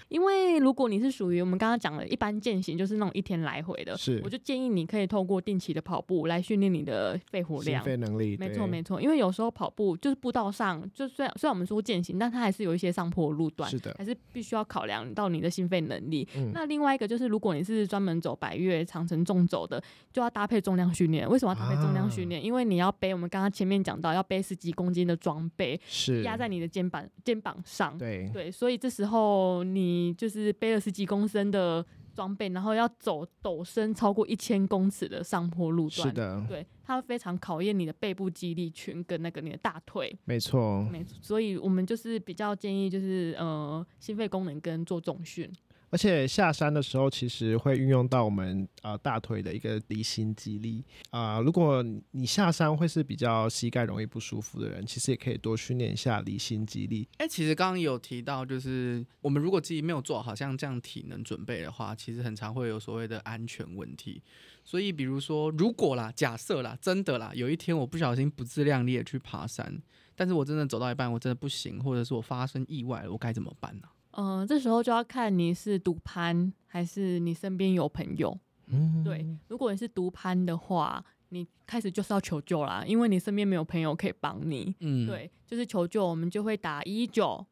C: 因为如果你是属于我们刚刚讲的一般践行，就是那种一天来回的，
B: 是
C: 我就建议你可以透过定期的跑步来训练你的肺活
B: 心
C: 量。
B: 肺能力，
C: 没
B: 对
C: 错没错，因为有时候跑步就是步道上，就虽然虽然我们说践行，但它还是有一些上坡路段，
B: 是的，
C: 还是必须要考量到你的心肺能力。
B: 嗯
C: 那另外一个就是，如果你是专门走百越、长城纵走的，就要搭配重量训练。为什么要搭配重量训练？因为你要背我们刚刚前面讲到要背十几公斤的装备，
B: 是
C: 压在你的肩膀肩膀上。
B: 对
C: 对，所以这时候你就是背了十几公升的装备，然后要走陡升超过一千公尺的上坡路段。
B: 是的，
C: 对，它非常考验你的背部肌力群跟那个你的大腿，
B: 没错。
C: 没错，所以我们就是比较建议就是呃心肺功能跟做重训，
B: 而且下山的时候，其实会运用到我们呃大腿的一个离心肌力啊、如果你下山会是比较膝盖容易不舒服的人，其实也可以多训练一下离心肌力。
A: 哎、其实刚刚有提到，就是我们如果自己没有做好像这样体能准备的话，其实很常会有所谓的安全问题。所以，比如说，如果啦，假设啦，真的啦，有一天我不小心不自量力的去爬山，但是我真的走到一半，我真的不行，或者是我发生意外了，我该怎么办呢、
C: 呃，这时候就要看你是独攀还是你身边有朋友。
B: 嗯，
C: 对，如果你是独攀的话，你开始就是要求救啦，因为你身边没有朋友可以帮你。
A: 嗯，，
C: 对，就是求救，我们就会打一一九，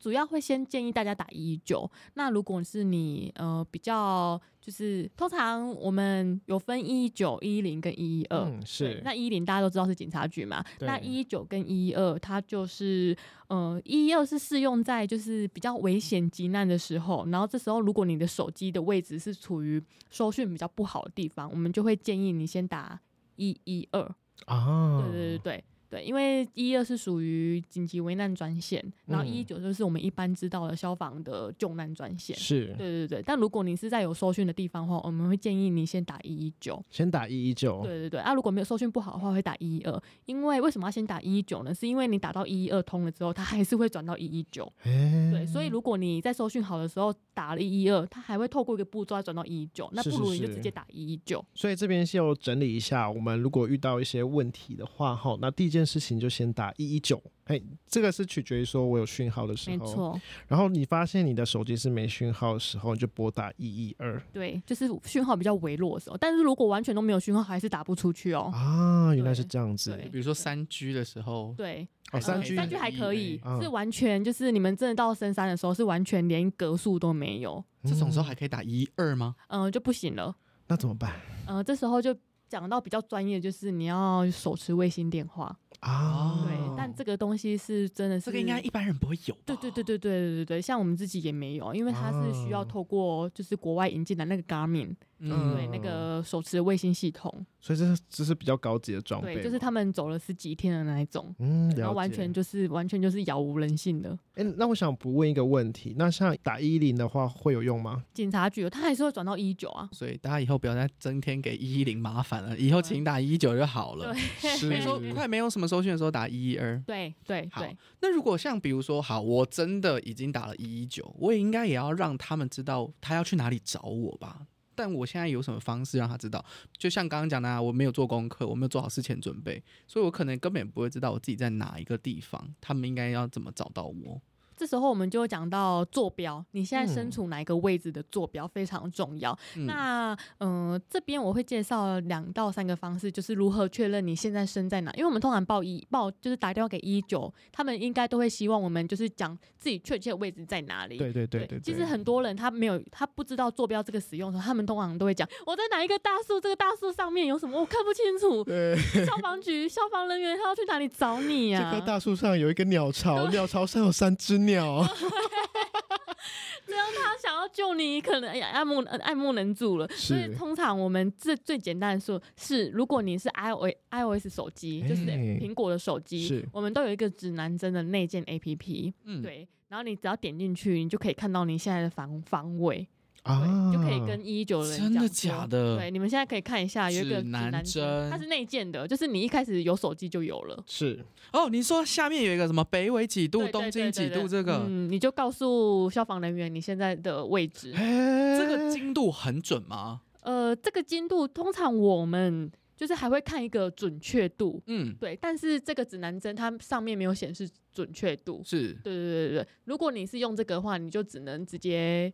C: 主要会先建议大家打一一九。那如果是你呃比较就是，通常我们有分一一九、一一零跟一一二。
B: 嗯，
C: 呃对
B: 是，
C: 那一零大家都知道是警察局嘛，
B: 对
C: 那一九跟一二它就是呃一二是适用在就是比较危险急难的时候，然后这时候如果你的手机的位置是处于收讯比较不好的地方，我们就会建议你先打一一二。
B: 啊，
C: 对对对对对，因为一二是属于紧急危难专线，然后
B: 嗯
C: 一一九就是我们一般知道的消防的救难专线。
B: 是
C: 对对对，但如果你是在有搜讯的地方的话，我们会建议你先打一一九。
B: 先打一一九，
C: 对对对，啊，如果没有搜讯不好的话，会打一一二。因为为什么要先打一一九呢？是因为你打到一一二通了之后，它还是会转到一一九。
B: 哎，
C: 对，所以如果你在搜讯好的时候打了一一二，它还会透过一个步骤再转到一一九，那
B: 是
C: 不
B: 是
C: 如你就是直接打一一九。
B: 所以这边先有整理一下，我们如果遇到一些问题的话，哈，那第一件事情就先打一一九，哎，这个是取决于说我有讯号的时
C: 没
B: 候，
C: 错，
B: 然后你发现你的手机是没讯号的时候，你就拨打一一二
C: 对，就是讯号比较微弱的时候。但是如果完全都没有讯号，还是打不出去哦。
B: 啊，原来是
C: 对
B: 这样子
C: 对，
A: 比如说三 G 的时候，
C: 对，呃
B: 哦，
A: 三
B: 三
A: G
B: G
C: 三 G 还可以，
B: 嗯
C: 是完全就是你们真的到深山的时候，是完全连格数都没有，
A: 这种时候还可以打一二吗？
C: 嗯、就不行了，
B: 嗯那怎么办
C: 嗯、这时候就讲到比较专业，就是你要手持卫星电话，
B: 啊？
C: 对，但这个东西是真的是
A: 哦这个应该一般人不会有吧。
C: 嗯对对对对对对对对，像我们自己也没有，因为它是需要
B: 哦
C: 透过就是国外引进的那个 Garmin，
A: 嗯
C: 对那个手持卫星系统，
B: 所以这是这是比较高级的装备嘛，
C: 对，就是他们走了十几天的那一种，
B: 嗯，
C: 然
B: 了
C: 后
B: 解。
C: 完全就是完全就是杳无人性的。
B: 哎、那我想不问一个问题，那像打一零的话会有用吗？
C: 警察局他还是会转到一九
A: (laughs)
C: 啊，
A: 所以大家以后不要再增添给一一零麻烦了，以后请打一一九就好了。
B: 是
A: 没收快没有什么收讯的时候打一一二。
C: 对对
A: 好
C: 对，
A: 那如果像比如说，好，我真的已经打了一一九，我也应该也要让他们知道他要去哪里找我吧。但我现在有什么方式让他知道？就像刚刚讲的、啊，我没有做功课，我没有做好事前准备，所以我可能根本不会知道我自己在哪一个地方，他们应该要怎么找到我。
C: 这时候我们就讲到坐标，你现在身
B: 嗯
C: 处哪一个位置的坐标非常重要。那嗯、呃这边我会介绍两到三个方式，就是如何确认你现在身在哪。因为我们通常报一报就是打电话给一九，他们应该都会希望我们就是讲自己确切位置在哪里。
B: 对对对对，
C: 其实很多人他没有，他不知道坐标这个使用的时候，他们通常都会讲我在哪一个大树，这个大树上面有什么，我看不清
B: (laughs)
C: 楚。
B: 对，
C: 消防局、消防人员他要去哪里找你啊呀、
B: 这棵大树上有一个鸟巢，鸟巢上有三只鸟。
C: (laughs) 这样他想要救你，可能哎呀爱莫呃爱莫能助了。所以
B: 是
C: 通常我们这最简单的说是，如果你是 iOS iOS 手机，就是
B: 哎
C: 苹果的手机
B: 是，
C: 我们都有一个指南针的内建 APP，
A: 嗯，
C: 对。然后你只要点进去，你就可以看到你现在的方方位，对，
B: 啊，
C: 你就可以跟一一九的人
A: 真的
C: 讲说
A: 假的
C: 对，你们现在可以看一下，有一个
A: 嗯指
C: 指
A: 南
C: 南
A: 针
C: 针，它是内建的，就是你一开始有手机就有了。
B: 是
A: 哦，你说下面有一个什么北纬几度、
C: 对对
A: 东经
C: 对对
A: 几
C: 对
A: 度，这个、
C: 嗯，你就告诉消防人员你现在的位置。
B: 哎
A: 这个精度很准吗？
C: 呃，这个精度通常我们就是还会看一个准确度，
A: 嗯，
C: 对，但是这个指南针它上面没有显示准确度。
A: 是
C: 对对对对对，如果你是用这个的话，你就只能直接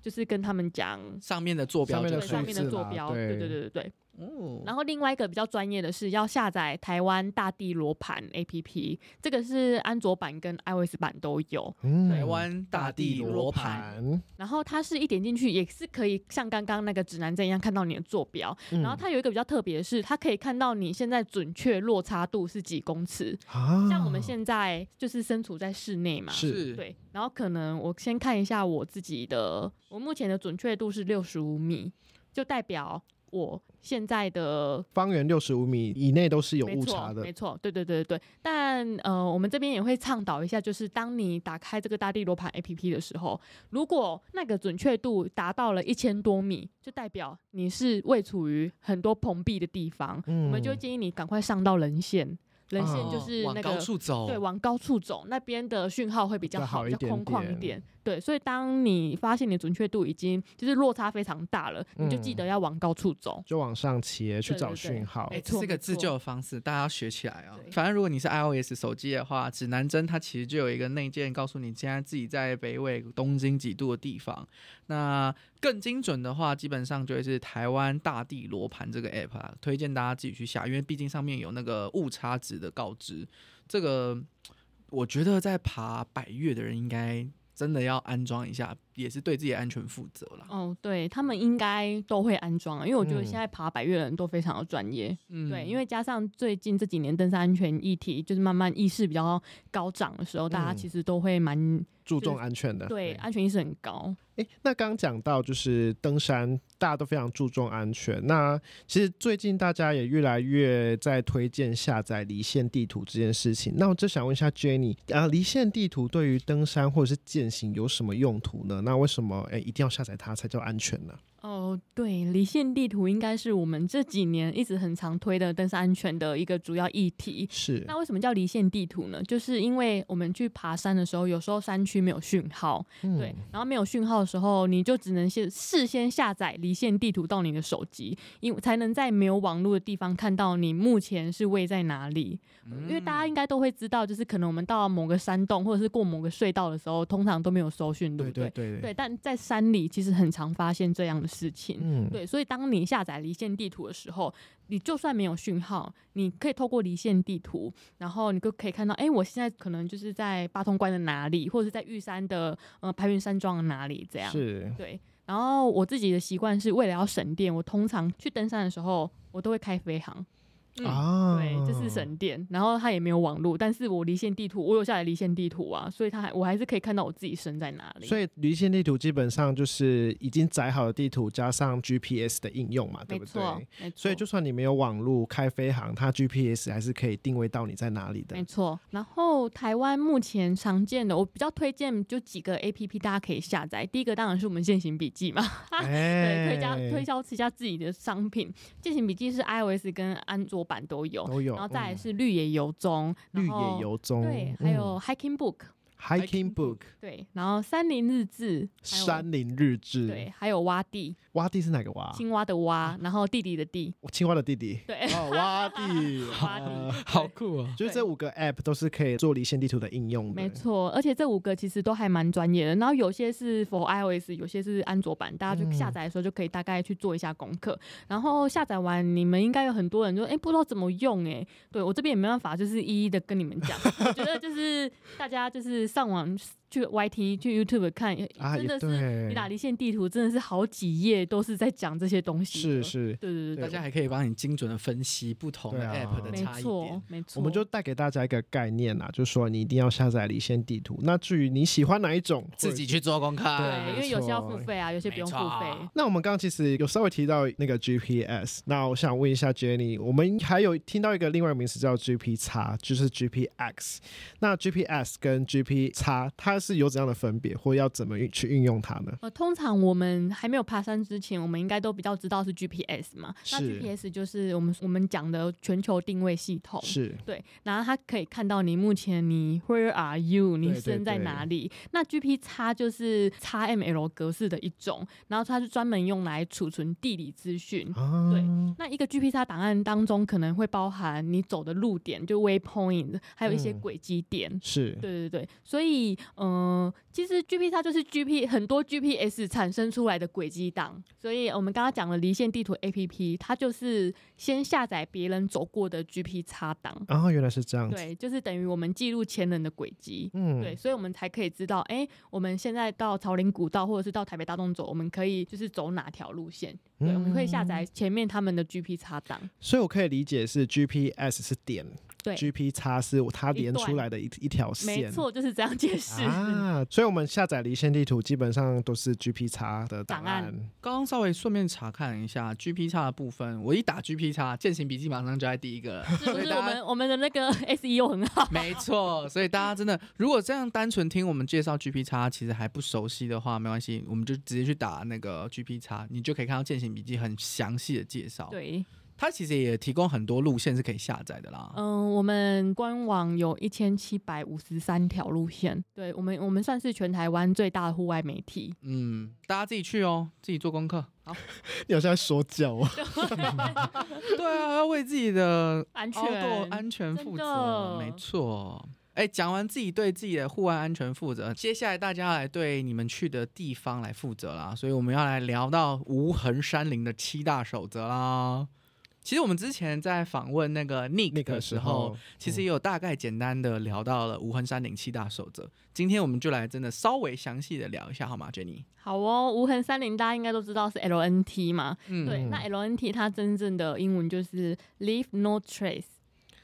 C: 就是跟他们讲
A: 上面的坐标
B: 上面
A: 就
B: 的
C: 对
A: 是
B: 数
C: 上面的
B: 字
C: 坐
B: 啦
C: 标，
B: 对
C: 对对对对对。
A: 哦
C: 然后另外一个比较专业的是要下载台湾大地罗盘 APP，这个是安卓版跟 iOS 版都有。
B: 嗯
A: 台湾大地罗盘，，
C: 然后它是一点进去也是可以像刚刚那个指南针一样看到你的坐标，
B: 嗯
C: 然后它有一个比较特别的是，它可以看到你现在准确落差度是几公尺。
B: 它啊，
C: 像我们现在就是身处在室内嘛，
B: 是
C: 对，然后可能我先看一下我自己的，我目前的准确度是六十五米，就代表我现在的。
B: 方圆六十五米以内都是有
C: 没
B: 误
C: 错
B: 差，的
C: 没，错，对对对对对。但呃，我们这边也会倡导一下，就是当你打开这个大地罗盘 APP 的时候，如果那个准确度达到了一千多米，就代表你是位处于很多蓬壁的地方，
B: 嗯
C: 我们就会建议你赶快上到人线，人线就
B: 啊
A: 哦
C: 是
A: 往
C: 那
A: 高
C: 个、
A: 处走，
C: 对，往高处走，那边的讯号会比较好，
B: 比
C: 比
B: 较
C: 较
B: 好一点
C: 空旷一
B: 点
C: 点。对，所以当你发现你的准确度已经就是落差非常大了，你就记
B: 嗯
C: 得要往高处走。
B: 就往上切去
C: 对
B: 找
C: 对对
B: 讯号
A: 哎，
C: 没。
A: 这
C: 错
A: 是个
C: 没
A: 自
C: 错
A: 救的方式，大家要学起来啊、
C: 对
A: 反正如果你是 iOS 手机的话，指南针它其实就有一个内建，告诉你现在自己在北纬东经几度的地方。那更精准的话，基本上就会是台湾大地罗盘这个 app 啊，推荐大家自己去下，因为毕竟上面有那个误差值的告知。这个我觉得在爬百越的人应该真的要安装一下，也是对自己的安全负责啦。
C: 哦，对他们应该都会安装啊，因为我觉得
B: 嗯
C: 现在爬百越的人都非常的专业。
A: 嗯，
C: 对，因为加上最近这几年登山安全议题就是慢慢意识比较高涨的时候，大家
B: 嗯呃
C: 其实都会蛮
B: 注重安全的。
C: 对啊安全意识很高。
B: 哎，那刚刚讲到就是登山，大家都非常注重安全。那其实最近大家也越来越在推荐下载离线地图这件事情。那我就想问一下 Jenny，啊，离线地图对于登山或者是践行有什么用途呢？那为什么哎一定要下载它才叫安全呢？
C: 哦，对，离线地图应该是我们这几年一直很常推的登山安全的一个主要议题。
B: 是
C: 那为什么叫离线地图呢？就是因为我们去爬山的时候，有时候山区没有讯号，
B: 嗯
C: 对，然后没有讯号的时候，你就只能先事先下载离线地图到你的手机，因才能在没有网络的地方看到你目前是位在哪里。因为
B: 嗯
C: 大家应该都会知道，就是可能我们到某个山洞或者是过某个隧道的时候，通常都没有搜讯，对
B: 对
C: 不
B: 对
C: 对？
B: 对
C: 对，，但在山里其实很常发现这样的事情。
B: 嗯，
C: 对，所以当你下载离线地图的时候，你就算没有讯号，你可以透过离线地图，然后你就可以看到，哎、我现在可能就是在八通关的哪里，或者是在玉山的呃白云山庄的哪里这样。
B: 是
C: 对。然后我自己的习惯是为了要省电，我通常去登山的时候，我都会开飞航。嗯
B: 啊，
C: 对，这是省电，然后它也没有网络，但是我离线地图，我有下载离线地图啊，所以它还我还是可以看到我自己身在哪里。
B: 所以离线地图基本上就是已经载好的地图加上 GPS 的应用嘛，对
C: 没
B: 不对？
C: 错，哦没错，
B: 所以就算你没有网络开飞航，它 GPS 还是可以定位到你在哪里的
C: 没。错。然后台湾目前常见的，我比较推荐就几个 A P P 大家可以下载。第一个当然是我们现行笔记嘛， (laughs) 对，
B: 哎
C: 推销推销一下自己的商品。践行笔记是 iOS 跟安卓版都有，
B: 都有，
C: 然后再来
B: 嗯
C: 是绿野游踪，然
B: 绿
C: 后
B: 野游踪，
C: 对，还有
B: 嗯
C: Hiking Book，
A: (laughs)
B: Hiking Book
C: 对，然后山林日志，还有
B: 山林日志，
C: 对，，还有蛙地，
B: 蛙弟是哪个蛙？
C: 青蛙的蛙，然后弟弟的
B: (laughs)
C: 弟，
B: 青蛙的弟
C: (laughs)
B: 弟，
C: 对，
B: 哦，蛙
C: 啊
B: 弟，
C: 蛙弟 (laughs)
B: 呃
A: 好酷啊！
B: 就是这五个 App 都是可以做离线地图的应用的，
C: 没错，而且这五个其实都还蛮专业的，然后有些是 for iOS，有些是安卓版，
B: 嗯
C: 大家就下载的时候就可以大概去做一下功课。然后下载完，你们应该有很多人说，哎、不知道怎么用、哎，对我这边也没办法，就是一一的跟你们讲。我觉得就是大家就是上网去 YT 去 YouTube 看，
B: 啊，
C: 真
B: 也
C: 的是
B: 对，
C: 你打离线地图真的是好几页都是在讲这些东西
B: 是
C: 的。
B: 是。
C: 对对对
A: 大家还可以帮你精准的分析不同的
B: 对啊
A: App 的
C: 对，没
A: 差异点
C: 错。没错，
B: 我们就带给大家一个概念啦，就说你一定要下载离线地图。那至于你喜欢哪一种，
A: 自己去做功课。啊
B: 对
C: 对，因为有些要付
B: 没错
C: 费啊，有些不用付
A: 没错
C: 费。
B: 那我们刚刚其实有稍微提到那个 GPS，那我想问一下 Jenny，我们还有听到一个另外一个名词叫 GP 叉，就是 GPX。那 GPS 跟 GP 叉它是有怎样的分别，或要怎么运去运用它呢？
C: 呃，通常我们还没有爬山之前，我们应该都比较知道是 GPS 嘛。那
B: 是
C: GPS 就是我们我们讲的全球定位系统。
B: 是
C: 对，然后它可以看到你目前你 Where are you，你
B: 对对
C: 身在
B: 对
C: 哪里？那 GP 叉就是叉 ML 格式的一种，然后它是专门用来储存地理资讯。
B: 啊，
C: 对那一个 GP 叉档案当中可能会包含你走的路点，就 waypoint，还有一些
B: 嗯
C: 轨迹点。
B: 是
C: 对对对，所以嗯、呃其实 G P 它就是 G P 很多 G P S 产生出来的轨迹档，所以我们刚刚讲了离线地图 A P P，它就是先下载别人走过的 G P 插档，
B: 然后、啊原来是这样子，
C: 对，就是等于我们记录前人的轨迹。
B: 嗯，
C: 对，所以我们才可以知道，哎、我们现在到朝林古道或者是到台北大众走，我们可以就是走哪条路线？对，我们会下
B: 嗯
C: 载前面他们的 G P 插档。
B: 所以我可以理解是 GPS 是点，
C: 对
B: ，GP 叉是它连出来的一一条线，
C: 没错，就是这样解释。
B: 啊。所以我们下载离线地图基本上都是 GP 叉的档
C: 档
B: 案，
A: 刚刚稍微顺便查看一下 GP 叉的部分，我一打 GP 叉，践行笔记马上就在第一个了。
C: 是不
A: 所以
C: 是我
A: 大家
C: 们我们的那个 S E O 很好？
A: 没错，所以大家真的如果这样单纯听我们介绍 GP 叉，其实还不熟悉的话，没关系，我们就直接去打那个 GP 叉，你就可以看到践行笔记很详细的介绍。，
C: 对，
A: 它其实也提供很多路线是可以下载的啦。
C: 嗯，我们官网有一千七百五十三条路线，对我们，我们算是全台湾最大的户外媒体。
A: (laughs)
C: (laughs)
A: 嗯，大家自己去哦，自己做功课。好，
B: 你好像在说教
C: (laughs)
B: 啊。
A: 对啊，要为自己的
C: 安全
A: 凹豆安全负责，
C: 真的
A: 没错。哎，讲完自己对自己的户外安全负责，接下来大家来对你们去的地方来负责啦。所以我们要来聊到无痕山林的七大守则啦。其实我们之前在访问那个 Nick
B: 那
A: 的
B: 个
A: 时
B: 时
A: 候，嗯
B: 候，
A: 其实也有大概简单的聊到了无痕山林七大守则。今天我们就来真的稍微详细的聊一下，好吗，Jenny？
C: 好哦，无痕三零大家应该都知道是 LNT 嘛，
A: 嗯
C: 对，那 LNT 它真正的英文就是 Leave No Trace，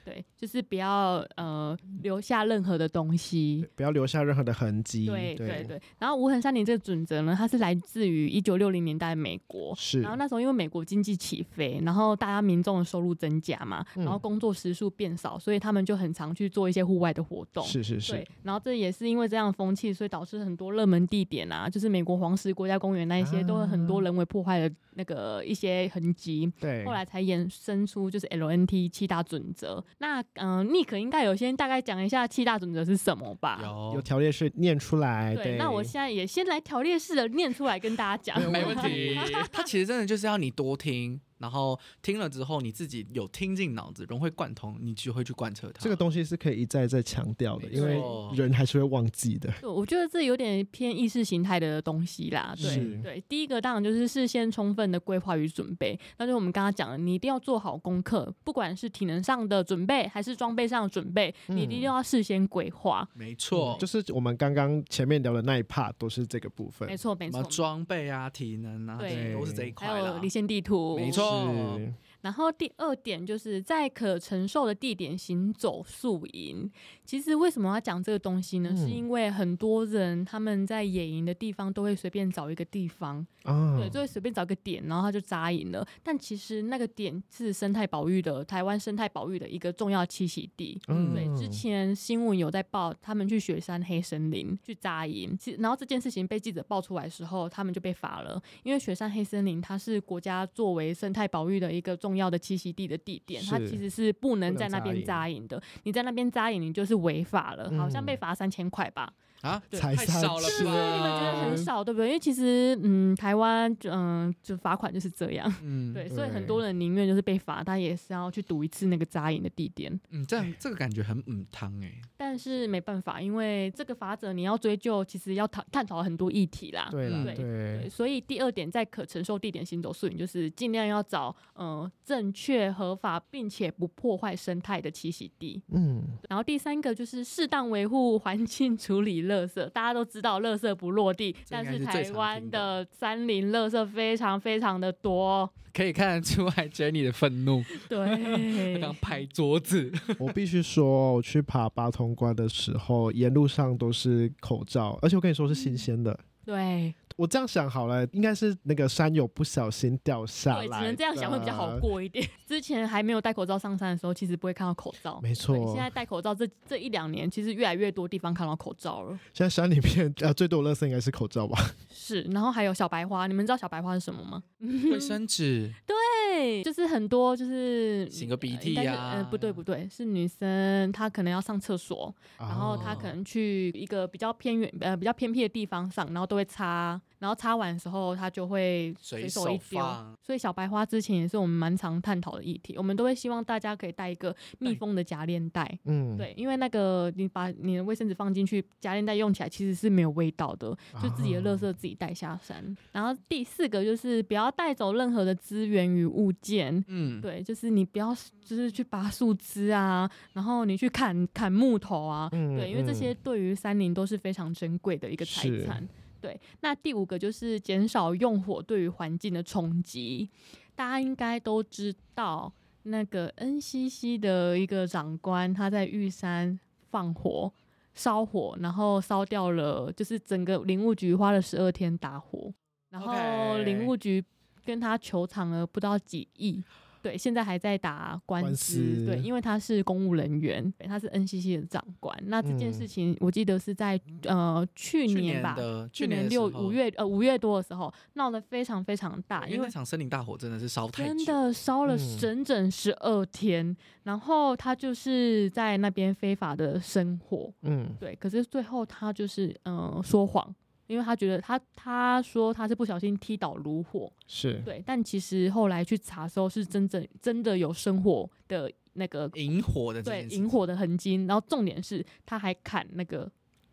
C: 对，就是不要呃留下任何的东西。
B: 不要留下任何的痕迹。
C: 对对
B: 对，
C: 对，然后无痕山林这个准则呢，它是来自于一九六零年代美国，
B: 是
C: 然后那时候因为美国经济起飞，然后大家民众的收入增加嘛，
B: 嗯
C: 然后工作时数变少，所以他们就很常去做一些户外的活动。
B: 是是
C: 对
B: 是，，
C: 然后这也是因为这样的风气，所以导致很多热门地点啊，就是美国黄石国家公园那一些，
B: 啊
C: 都有很多人为破坏的那个一些痕迹。
B: 对
C: 后。来才衍生出就是 LNT 七大准则。那嗯、呃、，Nick 应该有先大概讲一下七大准则是什么吧？
A: 有
B: 有条列式念出来，
C: 对，那我现在也先来条列式的念出来跟大家讲。
A: 没问题。 (laughs) 它其实真的就是要你多听，然后听了之后你自己有听进脑子，融会贯通，你就会去贯彻它。
B: 这个东西是可以一再再强调的，
A: 没
B: 因为
A: 错
B: 人还是会忘记的。
C: 对，我觉得这有点偏意识形态的东西啦。对
B: 是
C: 对，第一个当然就是事先充分的规划与准备，那就是我们刚刚讲的，你一定要做好功课，不管是体能上的准备还是装备上的准备，你一
A: 嗯
C: 定要事先规划。
A: 没错，
B: 就是是我们刚刚前面聊的那一 part 都是这个部分
C: 没。错，没
A: 什
C: 错
A: 么，装备啊、体能啊，
C: 对
A: 这些都是这一块
C: 还有
A: 啦
C: 离。线地图，
A: 没错
B: 是
C: 然后第二点就是在可承受的地点行走宿营。其实为什么要讲这个东西呢？
B: 嗯
C: 是因为很多人他们在野营的地方都会随便找一个地方，
B: 啊，
C: 对，就会随便找个点，然后他就扎营了。但其实那个点是生态保育的台湾生态保育的一个重要栖息地。
B: 嗯
C: 对，之前新闻有在报他们去雪山黑森林去扎营，其然后这件事情被记者爆出来的时候，他们就被罚了，因为雪山黑森林它是国家作为生态保育的一个重要的栖息地的地点，它
B: 是
C: 其实是不
B: 不
C: 能
B: 能
C: 在那边
B: 扎
C: 扎营的。你在那边扎营，你就是违法了，好像被
B: 嗯
C: 罚三千块吧。
A: 啊，
B: 对
A: 太少了
B: 才
A: 吧？
C: 你们觉得很少，对不对？因为其实，嗯，台湾，嗯，就罚款就是这样，
A: 嗯，
C: 对，所以
B: 对
C: 很多人宁愿就是被罚，但也是要去赌一次那个扎营的地点。
A: 嗯，这样这个感觉很嗯汤哎，
C: 但是没办法，因为这个法则你要追究，其实要探探讨很多议题啦。
B: 对啦，
A: 嗯
C: 对
B: 对，
C: 所以第二点，在可承受地点行走素营，就是尽量要找呃正确、合法，并且不破坏生态的栖息地。
B: 嗯，
C: 然后第三个就是适当维护环境处理垃圾。大家都知道，垃圾不落地，
A: 这应
C: 但
A: 该是
C: 是
A: 最常
C: 台
A: 听
C: 湾
A: 的
C: 的山林垃圾非常非常
A: (laughs)
C: 的多。
A: 可以看得出来 Jenny 的愤怒，她
C: 对，
A: 刚拍桌子，
B: 我必须说，我去爬八通关的时候，沿路上都是口罩，而且我跟你说是
C: 嗯
B: 新鲜的。
C: 对，
B: 我这样想好了，应该是那个山友不小心掉下来，
C: 对，只能这样想会比较好。过一点。 (laughs) 之前还没有戴口罩上山的时候，其实不会看到口罩。
B: 没错
C: 对，现在戴口罩这这一两年，其实越来越多地方看到口罩了。
B: 现在山里面呃最多的垃圾应该是口罩吧？
C: 是，然后还有小白花，你们知道小白花是什么吗？
A: 卫生纸
C: 对，就是很多就是
A: 擤个鼻
C: 呃
A: 涕啊
C: 应该是
A: 呀
C: 呃，不对不对，是女生她可能要上厕所，然后她
B: 啊
C: 可能去一个比较偏远呃比较偏僻的地方上，然后都会擦，然后擦完的时候她就会随
A: 随
C: 手一
A: 手
C: 丢。
A: 放，
C: 所以小白花之前也是我们蛮常探讨的议题，我们都会希望大家可以带一个密封的夹链袋。
B: 嗯，
C: 对，因为那个你把你的卫生纸放进去，夹链袋用起来其实是没有味道的，就自己的
B: 啊
C: 垃圾自己带下山。然后第四个就是不要带走任何的资源与物件。
A: 嗯，
C: 对，就是你不要，就是去拔树枝啊，然后你去砍砍木头啊，
B: 嗯
C: 对，因为这些对于山林都是非常珍贵的一个财
B: 是
C: 产。对，那第五个就是减少用火对于环境的冲击。大家应该都知道，那个 NCC 的一个长官他在玉山放火。烧火，然后烧掉了，就是整个林务局花了十二天打火，然后
A: OK
C: 林务局跟他求偿了不知道几亿，对，现在还在打官司，
B: 官司
C: 对，因为他是公务人员，对他是 NCC 的长官。那这件事情我记得是在、呃
A: 嗯
C: 去
A: 去
C: 年
A: 年
C: 吧，
A: 的
C: 去
A: 去年的
C: 六
A: 时候
C: 五，月呃五月多的时候闹得非常非常大，
A: 因
C: 因
A: 为
C: 为
A: 那。场森林大火真的是烧太
C: 真
A: 久，
C: 的烧了
B: 嗯
C: 整整十二天，然后他就是在那边非法的生火，
B: 嗯
C: 对，可是最后他就是嗯、呃说谎，因为他觉得他他说他是不小心踢倒炉火，
B: 是
C: 对，但其实后来去查的时候是真正真的有生火的那个
A: 引火的这
C: 对
A: 件事
C: 引火的痕迹，然后重点是他还砍那个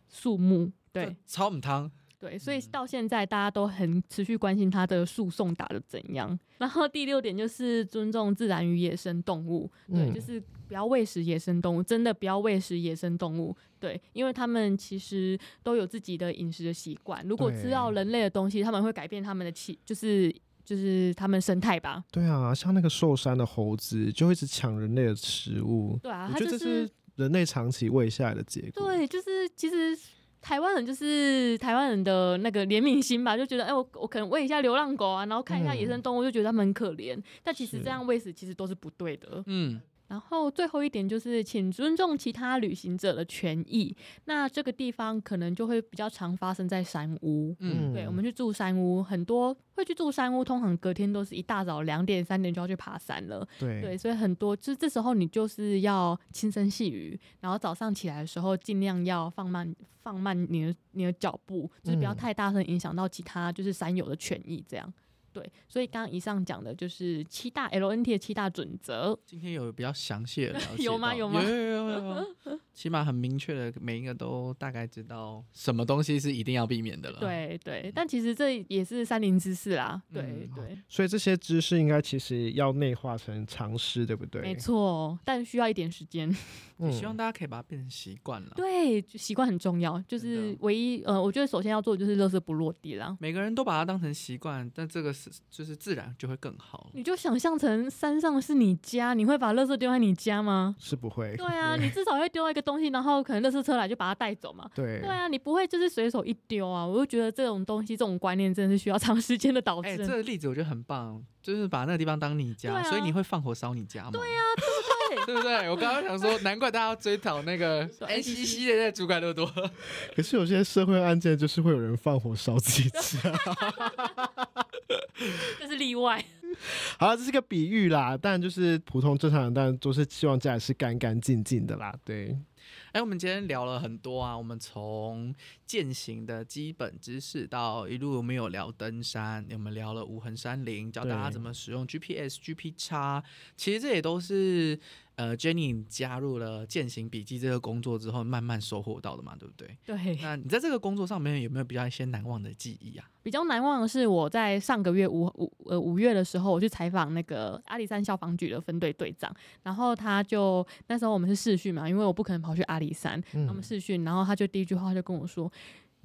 C: 树木，
A: 这
C: 对
A: 超母汤，
C: 对，所以
A: 嗯
C: 到现在大家都很持续关心他的诉讼打的怎样。然后第六点就是尊重自然与野生动物，对，
B: 嗯
C: 就是不要喂食野生动物，真的不要喂食野生动物，对，因为他们其实都有自己的饮食的习惯，如果吃到
B: 对
C: 人类的东西，他们会改变他们的气，就是。就是他们生态吧，
B: 对啊，像那个寿山的猴子就一直抢人类的食物，
C: 对啊，
B: 我
C: 它
B: 觉
C: 就
B: 得这
C: 是
B: 是人类长期喂下来的结果。
C: 对，就是其实台湾人就是台湾人的那个怜悯心吧，就觉得哎、我我可能喂一下流浪狗啊，然后看一下野生动物，就觉得他们很可怜。但其实
B: 是
C: 这样喂食其实都是不对的。
A: 嗯，
C: 然后最后一点就是，请尊重其他旅行者的权益。那这个地方可能就会比较常发生在山屋。
A: 嗯，
C: 对，我们去住山屋，很多会去住山屋，通常隔天都是一大早两点、三点就要去爬山了。
B: 对
C: 对，所以很多就是这时候你就是要轻声细语，然后早上起来的时候尽量要放慢放慢你的你的脚步，就是不要
B: 嗯
C: 太大声影响到其他就是山友的权益这样。对，所以刚刚以上讲的就是七大 LNT 的七大准则。
A: 今天有比较详细的了解到，
C: 有吗有吗
A: 有有有有有，起码很明确的，每一个都大概知道什么东西是一定要避免的了。，
C: 对对，但其实这也是山林知识啦，对、
A: 嗯
C: 对，
B: 所以这些知识应该其实要内化成常识，对不对？
C: 没错，但需要一点时间。
B: 嗯，
A: 希望大家可以把它变成习惯了。
C: 对，就习惯很重要，就
A: 真的
C: 是唯一呃，我觉得首先要做的就是垃圾不落地啦。
A: 每个人都把它当成习惯，但这个是就是自然就会更好了。
C: 你就想象成山上是你家，你会把垃圾丢在你家吗？
B: 是不会。
C: 对啊，
B: (laughs)
C: 你至少会丢到一个东西，然后可能垃圾车来就把它带走嘛。
B: 对
C: 对啊，你不会就是随手一丢啊！我就觉得这种东西、这种观念真的是需要长时间的导正。
A: 哎、这个例子我觉得很棒，就是把那个地方当你家，
C: 对啊啊
A: 所以你会放火烧你家吗？对呀、
C: 对
A: (laughs) 对不对？我刚刚想说，难怪大家要追讨那个
C: (laughs) 说哎
A: NCC 的那个主管都多。
B: 可是有些社会案件就是会有人放火烧自己家。 (laughs)
C: 这是例外。
B: 好了，这是个比喻啦，但就是普通正常人，当然都是希望家里是干干净净的啦。对，
A: 哎，我们今天聊了很多啊，我们从践行的基本知识到一路我们有聊登山，我们聊了无痕山林，教大家
B: 对
A: 怎么使用 GPS、GP 叉，啊其实这也都是呃 Jenny 加入了践行笔记这个工作之后慢慢收获到的嘛，对不对？
C: 对，
A: 那你在这个工作上面有没有比较一些难忘的记忆啊？
C: 比较难忘的是我在上个月五五呃五月的时候，我去采访那个阿里山消防局的分队队长，然后他就那时候我们是视讯嘛，因为我不可能跑去阿里山，他们视讯，然后他就第一句话就跟我说。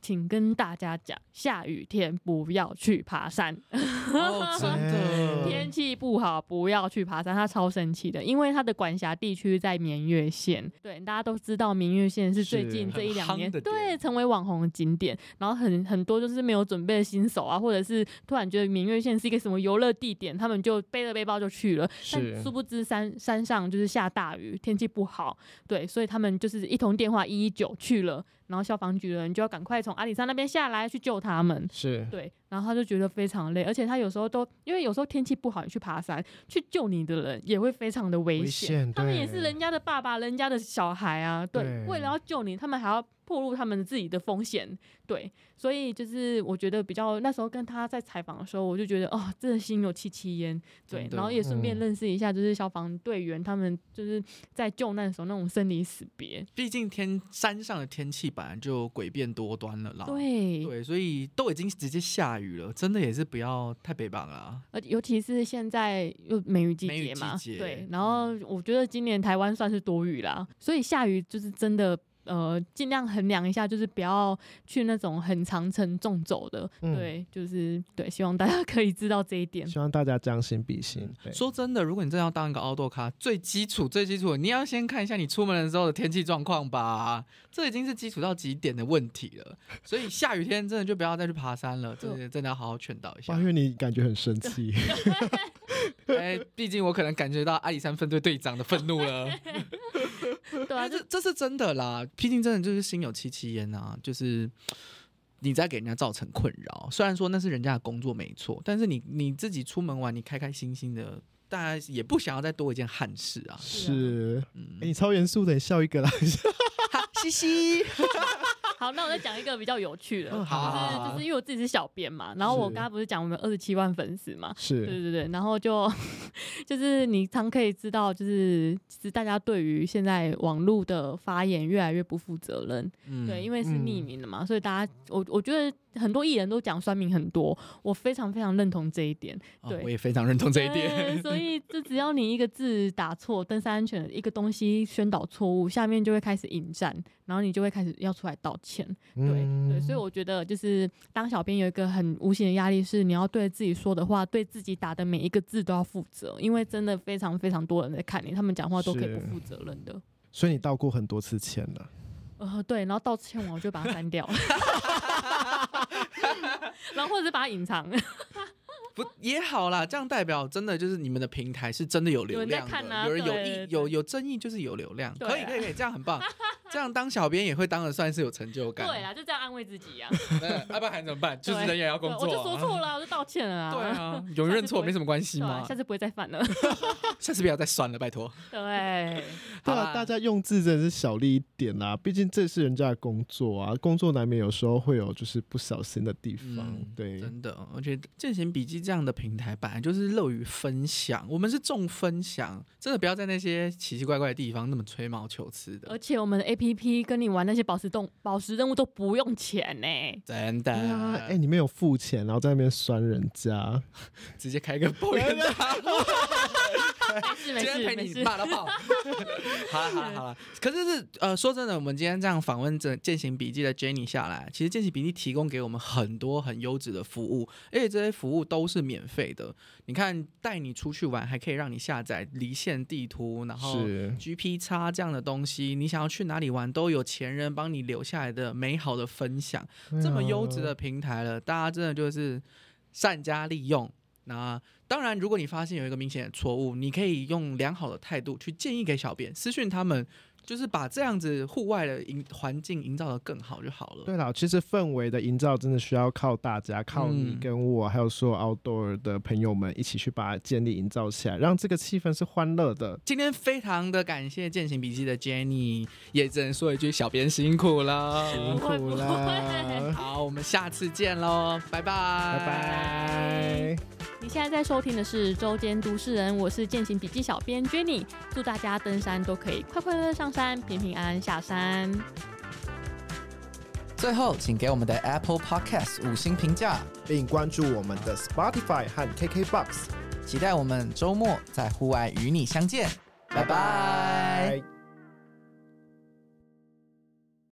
C: 请跟大家讲，下雨天不要去爬山，
A: 哦，真
B: 嗯
A: 的，
C: 天气不好不要去爬山。他超生气的，因为他的管辖地区在绵月县。对，大家都知道绵月县是最
B: 是
C: 近这一两
A: 很夯
C: 年
A: 的点
C: 对成为网红景点，然后很很多就是没有准备的新手啊，或者是突然觉得绵月县是一个什么游乐地点，他们就背了背包就去了。但
B: 是
C: 殊不知山山上就是下大雨，天气不好，对，所以他们就是一通电话一一九去了，然后消防局的人就要赶快从阿里山那边下来去救他们。
B: 是
C: 对，然后他就觉得非常累，而且他有时候都因为有时候天气不好，你去爬山去救你的人也会非常的危
B: 危
C: 险。
B: 险，
C: 他们也
B: 对
C: 是人家的爸爸，人家的小孩啊，对，
B: 对
C: 为了要救你，他们还要暴露他们自己的风险，对，所以就是我觉得比较那时候跟他在采访的时候，我就觉得哦，真的心有戚戚焉，对
A: 真，的
C: 然后也顺便
B: 嗯
C: 认识一下，就是消防队员他们就是在救难的时候那种生离死别，
A: (laughs) 毕竟天山上的天气本来就诡变多端了啦。
C: 对，
A: 啊对，所以都已经直接下雨了，真的也是不要太北棒了啊。
C: 而尤其是现在又梅雨季
A: 梅雨
C: 节
A: 季
C: 嘛，
A: 节
C: 对
A: 嗯，
C: 然后我觉得今年台湾算是多雨啦，所以下雨就是真的。呃，尽量衡量一下，就是不要去那种很长程纵走的，
B: 嗯
C: 对，就是对，希望大家可以知道这一点。
B: 希望大家将心比
C: 嗯
B: 心。对
A: 说真的，如果你真的要当一个 outdoor 咖，最基础、最基础的，你要先看一下你出门的时候的天气状况吧。这已经是基础到极点的问题了。所以下雨天真的就不要再去爬山 (laughs) 了，真的真的要好好劝导一下 (laughs)
B: 哇，。因为你感觉很生气，
C: 啊
A: 哎，毕竟我可能感觉到阿里山分队队长的愤怒 (laughs) 了。
C: (laughs) 对啊，
A: 但
C: 就是
A: 这是真的啦，毕竟真的就是心有戚戚焉啊，就是你在给人家造成困扰。虽然说那是人家的工作没错，但是你你自己出门玩，你开开心心的，大家也不想要再多一件憾事啊。
B: 是
A: 嗯
B: 哎，你超严肃的，你笑一个啦。
A: 哈 (laughs) 嘻嘻，
C: 好，那我再讲一个比较有趣的，
B: 嗯
A: 好好好
C: 就是就是因为我自己是小编嘛，然后我
B: 是
C: 刚刚不是讲我们二十七万粉丝嘛，
B: 是
C: 对对对，然后就 (laughs) 就是你常可以知道，就是其实大家对于现在网络的发言越来越不负责任，
A: 嗯
C: 对，因为是
B: 嗯
C: 匿名的嘛，所以大家我我觉得很多艺人都讲酸民很多，我非常非常认同这一点。
A: 哦
C: 对
A: 我也非常认同这一点。 (laughs)
C: 对，所以就只要你一个字打错，登山安全一个东西宣导错误，下面就会开始引战，然后你就会开始要出来道歉。对
B: 嗯
C: 对，
A: 嗯
C: 所以我觉得就是当小编有一个很无形的压力，是你要对自己说的话，对自己打的每一个字都要负责，因为真的非常非常多人在看你，他们讲话都可以
B: 是
C: 不负责任的。
B: 所以你道过很多次歉了。
C: 呃，对，然后道歉完我就把它删
A: (laughs)
C: 掉，然后或者是把它隐藏，
A: 不也好啦，这样代表真的就是你们的平台是真的有流量
C: 有人在看
A: 的，
C: 啊
A: 有人有
C: 对
A: 意
C: 对
A: 有有争议就是有流量，
C: 对啊
A: 可以可以可以，这样
C: (laughs)
A: 很棒。这样当小编也会当的算是有成就感。
C: (laughs) 对啦，就这样安慰自己呀、
A: 嗯，要不然还怎么办？就是
C: 对
A: 人也要
C: 对
A: 工
C: 我
A: 作啊。
C: 就说错了，我就道歉了啊。
A: 对啊，有人认错没什么关系
C: 对啊
A: 嘛
C: 下。次不会再犯
A: (laughs)
C: 了。
A: 下次不要再酸了，拜托。
C: 对，
B: 对
A: 好啦
B: 啊，大家用字真的是小力一点啦、毕竟这是人家的工作啊，工作难免有时候会有就是不小心的地
A: 嗯
B: 方。对，
A: 真的，而且践行笔记这样的平台本来就是乐于分享，我们是重分享，真的不要在那些奇奇怪怪的地方那么吹毛求疵的
C: 而。且我们的 A APP 跟你玩那些宝石动宝石任务都不用钱呢、
A: 真的，
B: 对啊，哎、你们有付钱，然后在那边酸人
A: (laughs)
B: 家，
A: 直接开个抱怨 (laughs) 大会。
C: 没事
A: (laughs)
C: 没
A: 今
C: 事
A: 天陪
C: 没
A: 你
C: 事，
A: 骂到 (laughs) 爆。好了好了好了，可是是呃，说真的，我们今天这样访问这《践行笔记》的 Jenny 下来，其实《践行笔记》提供给我们很多很优质的服务，而且这些服务都是免费的。你看，带你出去玩，还可以让你下载离线地图，然后
B: 是
A: GP 叉这样的东西，你想要去哪里玩，都有前人帮你留下来的美好的分享。这么优
B: 啊
A: 质的平台了，大家真的就是善加利用。那当然，如果你发现有一个明显的错误，你可以用良好的态度去建议给小编，私讯他们，就是把这样子户外的营环境营造的更好就好了。
B: 对啦，其实氛围的营造真的需要靠大家，靠你
A: 嗯
B: 跟我，还有所有 outdoor 的朋友们一起去把它建立营造起来，让这个气氛是欢乐的。
A: 今天非常的感谢《践行笔记》的 Jenny，也只能说一句小编辛苦了。
B: 辛
C: 会
B: 苦
C: 不
B: 啦
C: 会，
A: 好，我们下次见喽，拜拜，拜
B: 拜拜。
C: 你现在在收听的是《周间都市人》，我是践行笔记小编 Jenny，祝大家登山都可以快快乐乐上山，平平安安下山。
A: 最后，请给我们的 Apple Podcast 五星评价，
B: 并关注我们的 Spotify 和 KKBox。
A: 期待我们周末在户外与你相见，拜拜
B: 拜。